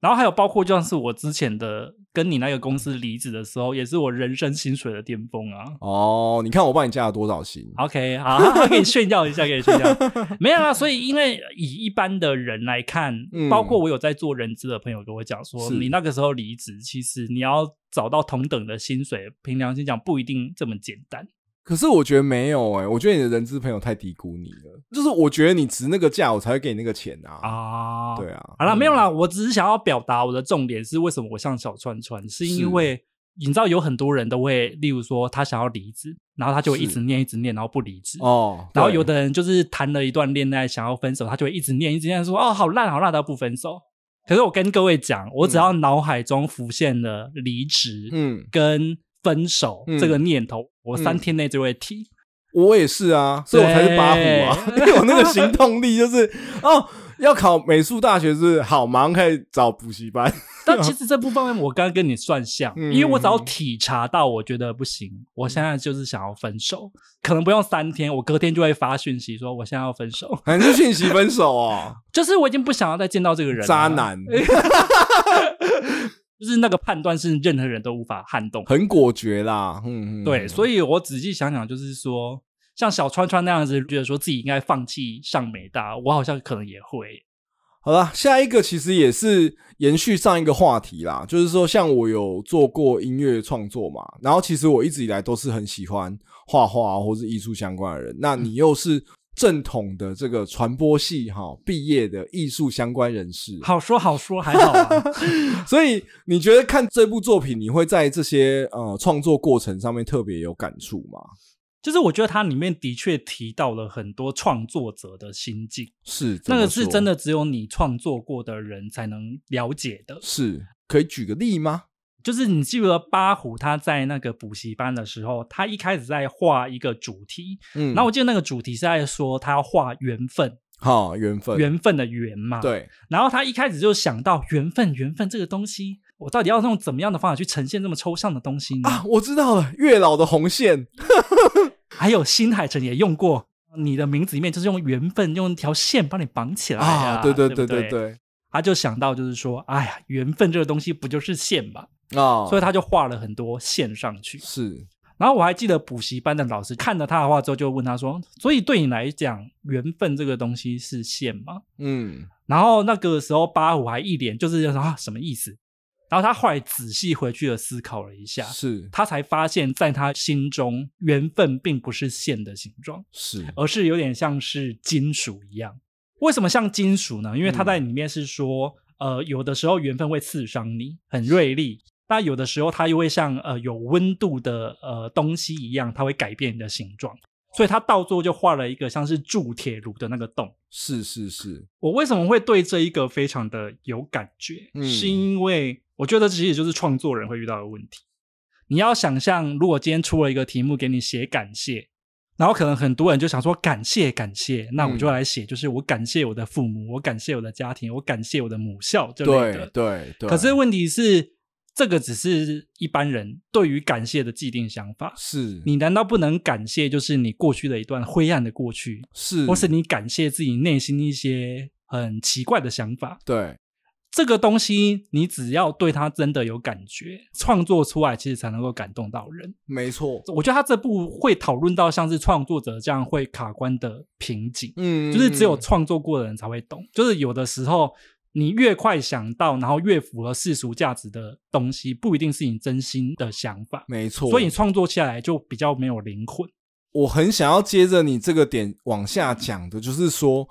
[SPEAKER 1] 然后还有包括像是我之前的跟你那个公司离职的时候，也是我人生薪水的巅峰啊。
[SPEAKER 2] 哦，你看我帮你加了多少星？
[SPEAKER 1] OK，好，给你炫耀一下，给你炫耀。 没有啦，啊所以因为以一般的人来看，
[SPEAKER 2] 嗯
[SPEAKER 1] 包括我有在做人资的朋友跟我讲说，
[SPEAKER 2] 是
[SPEAKER 1] 你那个时候离职，其实你要找到同等的薪水，凭良心讲不一定这么简单。
[SPEAKER 2] 可是我觉得没有哎、我觉得你的人资朋友太低估你了，就是我觉得你值那个价，我才会给你那个钱啊。
[SPEAKER 1] 啊。
[SPEAKER 2] 对啊，
[SPEAKER 1] 好啦，
[SPEAKER 2] 嗯
[SPEAKER 1] 没有啦，我只是想要表达我的重点是为什么我像小川川，是
[SPEAKER 2] 是
[SPEAKER 1] 因为你知道有很多人都会，例如说他想要离职，然后他就会一直念一直念，然后不离职。
[SPEAKER 2] 哦，
[SPEAKER 1] 然后
[SPEAKER 2] 对
[SPEAKER 1] 有的人就是谈了一段恋爱，想要分手，他就会一直念一直念说哦好烂好烂，他不分手。可是我跟各位讲，我只要脑海中浮现了离职
[SPEAKER 2] 嗯，
[SPEAKER 1] 跟分手
[SPEAKER 2] 嗯
[SPEAKER 1] 这个念头，我三
[SPEAKER 2] 嗯
[SPEAKER 1] 天内就会提。
[SPEAKER 2] 我也是啊，所以我才是八虎啊， 因
[SPEAKER 1] 对
[SPEAKER 2] 为我那个行动力就是哦，要考美术大学是不是好，马上开始找补习班。
[SPEAKER 1] 但其实这部分我刚刚跟你算像，
[SPEAKER 2] 嗯
[SPEAKER 1] 因为我只要体察到我觉得不行，我现在就是想要分手，可能不用三天，我隔天就会发讯息说我现在要分手，
[SPEAKER 2] 反正讯息分手哦，
[SPEAKER 1] 就是我已经不想要再见到这个 人了。啊
[SPEAKER 2] 渣，男
[SPEAKER 1] 就是那个判断是任何人都无法撼动的。
[SPEAKER 2] 很果决啦，嗯，嗯
[SPEAKER 1] 对，
[SPEAKER 2] 以
[SPEAKER 1] 所以我仔细想想，就是说，像小川川那样子，觉得说自己应该放弃上美大，我好像可能也会。
[SPEAKER 2] 好啦，下一个其实也是延续上一个话题啦，就是说像我有做过音乐创作嘛，然后其实我一直以来都是很喜欢画画啊或是艺术相关的人，那你又是正统的这个传播系哈毕业的艺术相关人士，
[SPEAKER 1] 好说好说，还好啊。
[SPEAKER 2] 所以你觉得看这部作品，你会在这些呃创作过程上面特别有感触吗？
[SPEAKER 1] 就是我觉得它里面的确提到了很多创作者的心境，
[SPEAKER 2] 是，
[SPEAKER 1] 那个是真
[SPEAKER 2] 的，
[SPEAKER 1] 的只有你创作过的人才能了解的。
[SPEAKER 2] 是可以举个例吗？
[SPEAKER 1] 就是你记不记得八虎他在那个补习班的时候，他一开始在画一个主题，
[SPEAKER 2] 嗯，
[SPEAKER 1] 然后我记得那个主题是在说他要画缘分，
[SPEAKER 2] 好缘分，
[SPEAKER 1] 缘分的缘嘛。。
[SPEAKER 2] 对，
[SPEAKER 1] 然后他一开始就想到缘分，缘分这个东西，我到底要用怎么样的方法去呈现这么抽象的东西呢？
[SPEAKER 2] 啊，我知道了，月老的红线，
[SPEAKER 1] 还有新海诚也用过，你的名字里面就是用缘分，用一条线把你绑起来
[SPEAKER 2] 啊，对
[SPEAKER 1] 对
[SPEAKER 2] 对对
[SPEAKER 1] 不对
[SPEAKER 2] 对
[SPEAKER 1] 他就想到就是说，哎呀，缘分这个东西不就是线嘛，
[SPEAKER 2] 对，啊，
[SPEAKER 1] 所以他就画了很多线上去。
[SPEAKER 2] 是
[SPEAKER 1] 然后我还记得补习班的老师看了他的画之后，就问他说：“所以对你来讲，缘分这个东西是线吗
[SPEAKER 2] 嗯，？”
[SPEAKER 1] 然后那个时候八虎还一脸就是啊什么意思？然后他后来仔细回去的思考了一下，
[SPEAKER 2] 是
[SPEAKER 1] 他才发现，在他心中，缘分并不是线的形状，
[SPEAKER 2] 是，
[SPEAKER 1] 而是有点像是金属一样。为什么像金属呢？因为它在里面是说，呃，有的时候缘分会刺伤你，很锐利；但有的时候它又会像呃有温度的呃东西一样，它会改变你的形状。所以它到最后就画了一个像是铸铁炉的那个洞。
[SPEAKER 2] 是是是，
[SPEAKER 1] 我为什么会对这一个非常的有感觉？
[SPEAKER 2] 嗯
[SPEAKER 1] 是因为我觉得这其实就是创作人会遇到的问题。你要想象，如果今天出了一个题目给你写感谢，然后可能很多人就想说感谢感谢，那我
[SPEAKER 2] 嗯
[SPEAKER 1] 就来写，就是我感谢我的父母，我感谢我的家庭，我感谢我的母校之类的。
[SPEAKER 2] 对对对，
[SPEAKER 1] 可是问题是，这个只是一般人对于感谢的既定想法。
[SPEAKER 2] 是
[SPEAKER 1] 你难道不能感谢，就是你过去的一段灰暗的过去，
[SPEAKER 2] 是，
[SPEAKER 1] 或是你感谢自己内心一些很奇怪的想法。
[SPEAKER 2] 对
[SPEAKER 1] 这个东西，你只要对它真的有感觉，创作出来其实才能够感动到人。
[SPEAKER 2] 没错，
[SPEAKER 1] 我觉得他这部会讨论到像是创作者这样会卡关的瓶颈，
[SPEAKER 2] 嗯，
[SPEAKER 1] 就是只有
[SPEAKER 2] 嗯
[SPEAKER 1] 创作过的人才会懂。就是有的时候，你越快想到，然后越符合世俗价值的东西，不一定是你真心的想法，
[SPEAKER 2] 没错，
[SPEAKER 1] 所以你创作起来就比较没有灵魂。
[SPEAKER 2] 我很想要接着你这个点往下讲的，就是说，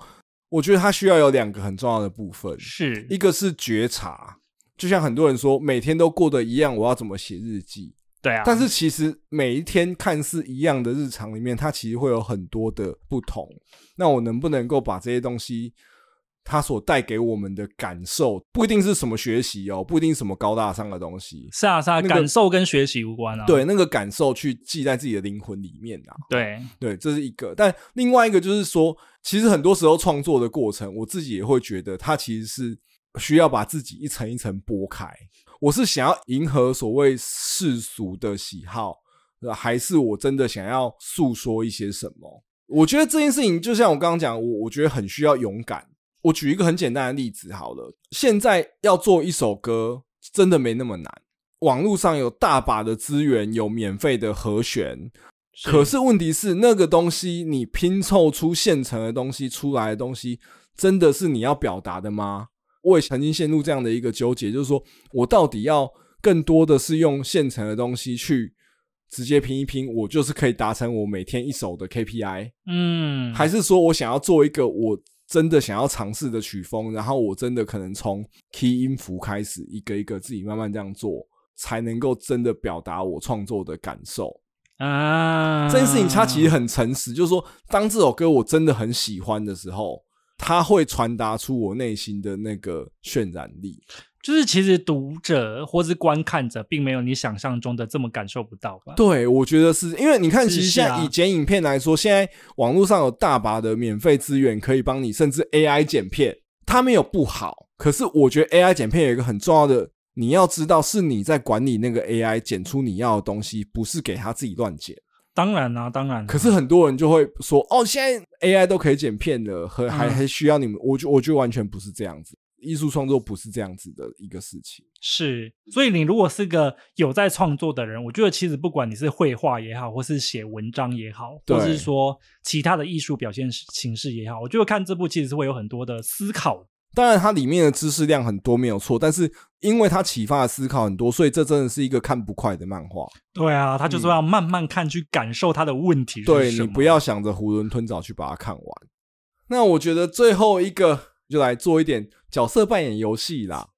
[SPEAKER 2] 我觉得它需要有两个很重要的部分，
[SPEAKER 1] 是
[SPEAKER 2] 一个是觉察，就像很多人说，每天都过得一样，我要怎么写日记？
[SPEAKER 1] 对啊，
[SPEAKER 2] 但是其实每一天看似一样的日常里面，它其实会有很多的不同。那我能不能够把这些东西，它所带给我们的感受，不一定是什么学习哦，不一定是什么高大上的东西，
[SPEAKER 1] 是啊是啊，
[SPEAKER 2] 那个
[SPEAKER 1] 感受跟学习无关啊。
[SPEAKER 2] 对那个感受去记在自己的灵魂里面啊。
[SPEAKER 1] 对，
[SPEAKER 2] 对，这是一个。但另外一个就是说，其实很多时候创作的过程，我自己也会觉得它其实是需要把自己一层一层剥开。我是想要迎合所谓世俗的喜好，呃还是我真的想要诉说一些什么？我觉得这件事情，就像我刚刚讲，我我觉得很需要勇敢。我举一个很简单的例子好了，现在要做一首歌，真的没那么难。网络上有大把的资源，有免费的和弦，可是问题是，那个东西你拼凑出现成的东西出来的东西，真的是你要表达的吗？我也曾经陷入这样的一个纠结，就是说我到底要更多的是用现成的东西去直接拼一拼，我就是可以达成我每天一首的 KPI，
[SPEAKER 1] 嗯，
[SPEAKER 2] 还是说我想要做一个我真的想要尝试的曲风，然后我真的可能从 key 音符开始，一个一个自己慢慢这样做。才能够真的表达我创作的感受。
[SPEAKER 1] 啊，
[SPEAKER 2] 这件事情它其实很诚实，就是说，当这首歌我真的很喜欢的时候，它会传达出我内心的那个渲染力。
[SPEAKER 1] 就是其实读者或是观看者并没有你想象中的这么感受不到吧？
[SPEAKER 2] 对，我觉得是因为你看，
[SPEAKER 1] 是
[SPEAKER 2] 其实现
[SPEAKER 1] 是
[SPEAKER 2] 在
[SPEAKER 1] 啊
[SPEAKER 2] 以剪影片来说，现在网络上有大把的免费资源可以帮你，甚至 AI 剪片，它没有不好。可是我觉得 AI 剪片有一个很重要的，你要知道是你在管理那个 AI 剪出你要的东西，不是给它自己乱剪。
[SPEAKER 1] 当然啦、啊，当然啦、
[SPEAKER 2] 可是很多人就会说，哦，现在 AI 都可以剪片了，和还
[SPEAKER 1] 嗯
[SPEAKER 2] 还需要你们？我觉我觉得完全不是这样子，艺术创作不是这样子的一个事情。
[SPEAKER 1] 是，所以你如果是个有在创作的人，我觉得其实不管你是绘画也好，或是写文章也好，或
[SPEAKER 2] 对
[SPEAKER 1] 是说其他的艺术表现形式也好，我觉得看这部其实是会有很多的思考。
[SPEAKER 2] 当然，它里面的知识量很多，没有错。但是因为它启发了思考很多，所以这真的是一个看不快的漫画。
[SPEAKER 1] 对啊，他就是要慢慢看，去感受他的问题是
[SPEAKER 2] 嗯对
[SPEAKER 1] 什
[SPEAKER 2] 你
[SPEAKER 1] 么
[SPEAKER 2] 不要想着囫囵吞枣去把它看完。那我觉得最后一个就来做一点角色扮演游戏啦。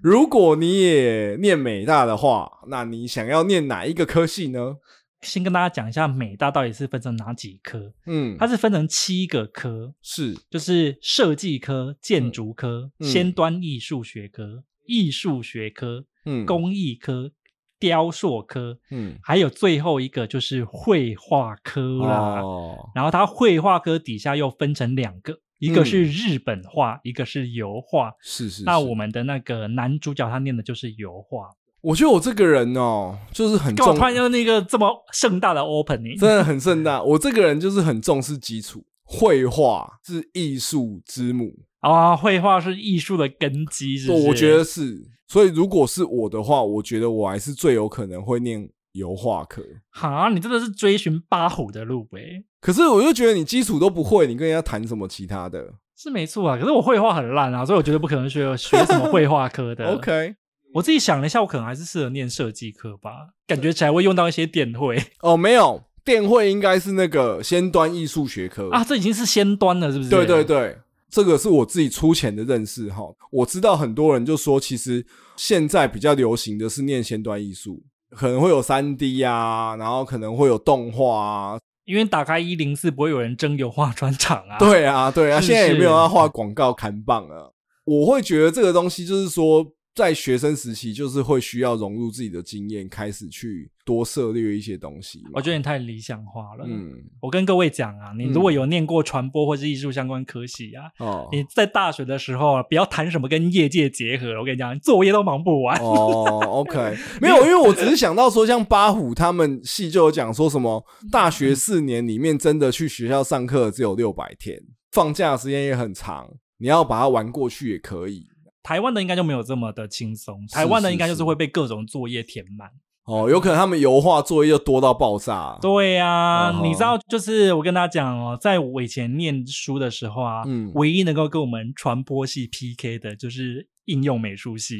[SPEAKER 2] 如果你也念美大的话，那你想要念哪一个科系呢？
[SPEAKER 1] 先跟大家讲一下美大到底是分成哪几科，
[SPEAKER 2] 嗯，
[SPEAKER 1] 它是分成七个科，
[SPEAKER 2] 是
[SPEAKER 1] 就是设计科、建筑科、
[SPEAKER 2] 嗯
[SPEAKER 1] 先端艺术学科、艺术学科、
[SPEAKER 2] 嗯
[SPEAKER 1] 工艺科、雕塑科，
[SPEAKER 2] 嗯
[SPEAKER 1] 还有最后一个就是绘画科啦。
[SPEAKER 2] 哦，
[SPEAKER 1] 然后它绘画科底下又分成两个，一个是日本画，一个是油画。
[SPEAKER 2] 是嗯是是。
[SPEAKER 1] 那我们的那个男主角他念的就是油画。
[SPEAKER 2] 我觉得我这个人哦，就是很
[SPEAKER 1] 干嘛
[SPEAKER 2] 重
[SPEAKER 1] 突，然要那个这么盛大的 opening？
[SPEAKER 2] 真的很盛大。我这个人就是很重视基础，绘画是艺术之母，
[SPEAKER 1] 啊，绘画是艺术的根基，是不是？
[SPEAKER 2] 我觉得是。所以如果是我的话，我觉得我还是最有可能会念油画科。
[SPEAKER 1] 哈，你真的是追寻八虎的路欸诶、
[SPEAKER 2] 可是我就觉得你基础都不会，你跟人家谈什么其他的
[SPEAKER 1] 是没错啊。可是我绘画很烂啊，所以我绝对不可能学学什么绘画科的。
[SPEAKER 2] ？OK，
[SPEAKER 1] 我自己想了一下，我可能还是适合念设计科吧，感觉起来会用到一些电绘
[SPEAKER 2] 哦，没有，电绘应该是那个先端艺术学科
[SPEAKER 1] 啊，这已经是先端了，是不是？
[SPEAKER 2] 对对，对，这个是我自己粗浅的认识哈。我知道很多人就说，其实现在比较流行的是念先端艺术，可能会有三 D 啊，然后可能会有动画啊，
[SPEAKER 1] 因为打开一零四不会有人争油画专场啊。，
[SPEAKER 2] 对啊，对啊，
[SPEAKER 1] 是
[SPEAKER 2] 现在也没
[SPEAKER 1] 是
[SPEAKER 2] 有要画广告看棒了。我会觉得这个东西就是说，在学生时期就是会需要融入自己的经验，开始去多涉猎一些东西嘛。
[SPEAKER 1] 我觉得你太理想化了。
[SPEAKER 2] 嗯，
[SPEAKER 1] 我跟各位讲啊，你如果有念过传播或是艺术相关科系啊，
[SPEAKER 2] 哦，
[SPEAKER 1] 你在大学的时候啊，不要谈什么跟业界结合，我跟你讲，你作业都忙不完。
[SPEAKER 2] 哦，OK，没有，因为我只是想到说，像八虎他们系就有讲说什么，
[SPEAKER 1] 嗯
[SPEAKER 2] 大学四年里面真的去学校上课只有六百天，放假的时间也很长，你要把它玩过去也可以。
[SPEAKER 1] 台湾的应该就没有这么的轻松，
[SPEAKER 2] 是
[SPEAKER 1] 台湾的应该
[SPEAKER 2] 是
[SPEAKER 1] 就是是会被各种作业填满。
[SPEAKER 2] 哦，有可能他们油画作业就多到爆炸。
[SPEAKER 1] 对呀、
[SPEAKER 2] 嗯哼
[SPEAKER 1] 你知道，就是我跟大家讲哦，在我以前念书的时候啊，
[SPEAKER 2] 嗯
[SPEAKER 1] 唯一能够跟我们传播系 PK 的就是应用美术 系，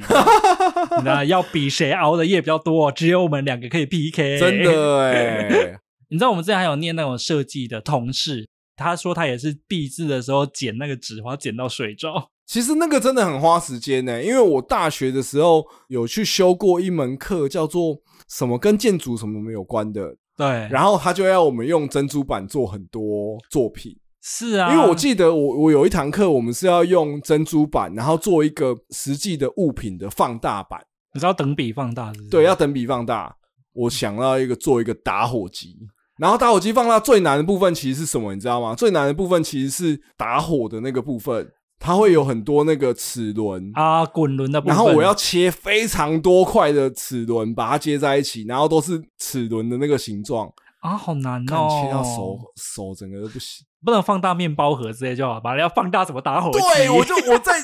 [SPEAKER 1] 那要比谁熬的夜比较多，哦只有我们两个可以 PK。
[SPEAKER 2] 真，的哎、
[SPEAKER 1] 你知道我们之前还有念那种设计的同事，他说他也是毕制的时候剪那个纸花剪到睡 着，
[SPEAKER 2] 其实那个真的很花时间呢、因为我大学的时候有去修过一门课，叫做什么跟建筑什么没有关的，
[SPEAKER 1] 对，
[SPEAKER 2] 然后他就要我们用珍珠板做很多作品。
[SPEAKER 1] 是啊，
[SPEAKER 2] 因为我记得我我有一堂课，我们是要用珍珠板，然后做一个实际的物品的放大版，
[SPEAKER 1] 你知道等比放大是不是
[SPEAKER 2] 对，要等比放大。我想到一个做一个打火机，然后打火机放大最难的部分其实是什么，你知道吗？最难的部分其实是打火的那个部分，它会有很多那个齿轮
[SPEAKER 1] 啊滚轮的部分，
[SPEAKER 2] 然后我要切非常多块的齿轮，把它接在一起，然后都是齿轮的那个形状，
[SPEAKER 1] 啊好难
[SPEAKER 2] 看
[SPEAKER 1] 哦，
[SPEAKER 2] 切到手手整个都不行。
[SPEAKER 1] 不能放大面包盒之类就好吧？要放大什么打火机？
[SPEAKER 2] 对，我就我在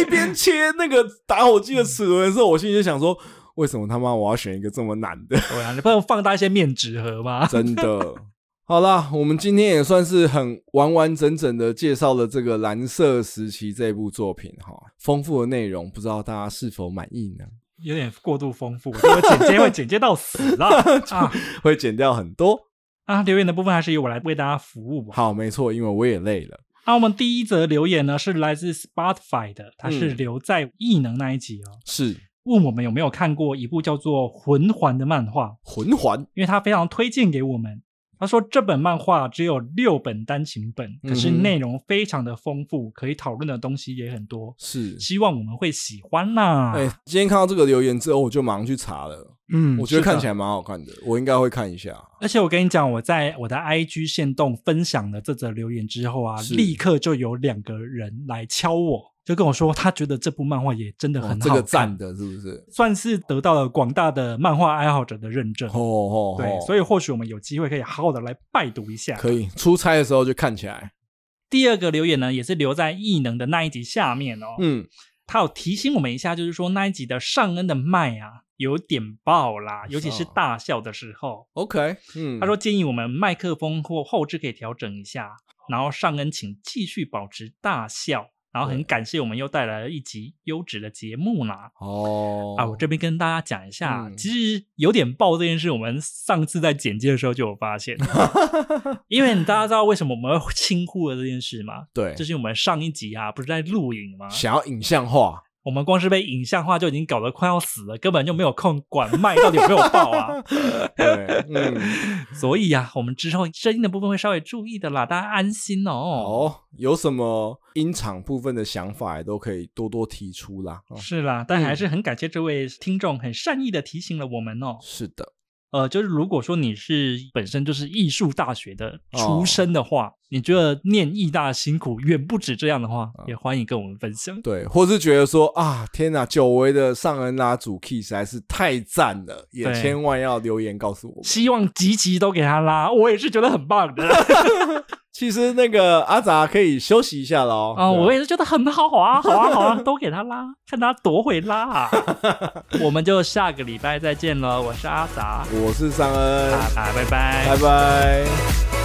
[SPEAKER 2] 一边切那个打火机的齿轮的时候，我心里就想说，为什么他妈我要选一个这么难的？
[SPEAKER 1] 对啊，你不能放大一些面纸盒吗？
[SPEAKER 2] 真的。好啦，我们今天也算是很完完整整的介绍了这个《蓝色时期》这部作品哈，丰富的内容，不知道大家是否满意呢？
[SPEAKER 1] 有点过度丰富，我觉得剪接会剪接到死 了啊
[SPEAKER 2] 会剪掉很多。
[SPEAKER 1] 啊！留言的部分还是由我来为大家服务吧。
[SPEAKER 2] 好，没错，因为我也累了。
[SPEAKER 1] 那、我们第一则留言呢是来自 Spotify 的，它是
[SPEAKER 2] 嗯
[SPEAKER 1] 留在异能那一集哦。
[SPEAKER 2] 是，
[SPEAKER 1] 问我们有没有看过一部叫做《魂环》的漫画，
[SPEAKER 2] 魂环
[SPEAKER 1] 因为他非常推荐给我们。他说这本漫画只有六本单行本，可是
[SPEAKER 2] 嗯哼
[SPEAKER 1] 内容非常的丰富，可以讨论的东西也很多，
[SPEAKER 2] 是。
[SPEAKER 1] 希望我们会喜欢啦。
[SPEAKER 2] 哎、今天看到这个留言之后，我就马上去查了。
[SPEAKER 1] 嗯
[SPEAKER 2] 我觉得看起
[SPEAKER 1] 来。
[SPEAKER 2] 来蛮好看的，我应该会看一下。哦
[SPEAKER 1] 而且我跟你讲，我在我的 IG 线动分享了这则留言之后啊，
[SPEAKER 2] 是
[SPEAKER 1] 立刻就有两个人来敲我，就跟我说他觉得这部漫画也真的很好
[SPEAKER 2] 哦
[SPEAKER 1] 看，
[SPEAKER 2] 这个赞的是不是？
[SPEAKER 1] 算是得到了广大的漫画爱好者的认证。
[SPEAKER 2] 哦哦，
[SPEAKER 1] 对，所
[SPEAKER 2] 以
[SPEAKER 1] 以或许我们有机会可以好好的来拜读一下。
[SPEAKER 2] 可以出差的时候就看起来。
[SPEAKER 1] 第二个留言呢，也是留在异能的那一集下面哦。
[SPEAKER 2] 嗯，
[SPEAKER 1] 他有提醒我们一下，就是说那一集的上恩的麦啊有点爆啦，尤其是大笑的时候。
[SPEAKER 2] OK，嗯，
[SPEAKER 1] 他说建议我们麦克风或后置可以调整一下，然后上恩请继续保持大笑。然后很
[SPEAKER 2] 哦对
[SPEAKER 1] 感谢我们又带来了一集优质的节目啦！
[SPEAKER 2] 哦，
[SPEAKER 1] 啊，我这边跟大家讲一下，
[SPEAKER 2] 嗯
[SPEAKER 1] 其实有点爆这件事，我们上次在简介的时候就有发 现，因为大家知道为什么我们会轻忽了这件事吗？
[SPEAKER 2] 对，
[SPEAKER 1] 就是我们上一集啊，不是在录影吗？
[SPEAKER 2] 想要影像化，
[SPEAKER 1] 我们光是被影像化就已经搞得快要死了，根本就没有空管麦到底有没有爆啊。
[SPEAKER 2] 对，嗯，
[SPEAKER 1] 所以啊，我们之后声音的部分会稍微注意的啦，大家安心哦。
[SPEAKER 2] 哦，有什么音场部分的想法也都可以多多提出啦。哦
[SPEAKER 1] 是啦，但还是很感谢这位听众很善意的提醒了我们哦。
[SPEAKER 2] 是的，
[SPEAKER 1] 呃，就是如果说你是本身就是艺术大学的出身的话，你觉得念艺大的辛苦远不止这样的话，也欢迎跟我们分享。
[SPEAKER 2] 对，或是觉得说啊，天哪，久违的上恩拉主 key 实在是太赞了，也
[SPEAKER 1] 对
[SPEAKER 2] 千万要留言告诉我们。
[SPEAKER 1] 希望集集都给他拉，我也是觉得很棒的
[SPEAKER 2] 其实那个阿杂可以休息一下了哦。
[SPEAKER 1] 啊、
[SPEAKER 2] 对
[SPEAKER 1] 我也是觉得很好啊，好啊，好啊，都给他拉，看他多会拉、啊。我们就下个礼拜再见了，我是阿杂，
[SPEAKER 2] 我是上恩，
[SPEAKER 1] 拜拜，拜拜
[SPEAKER 2] 拜拜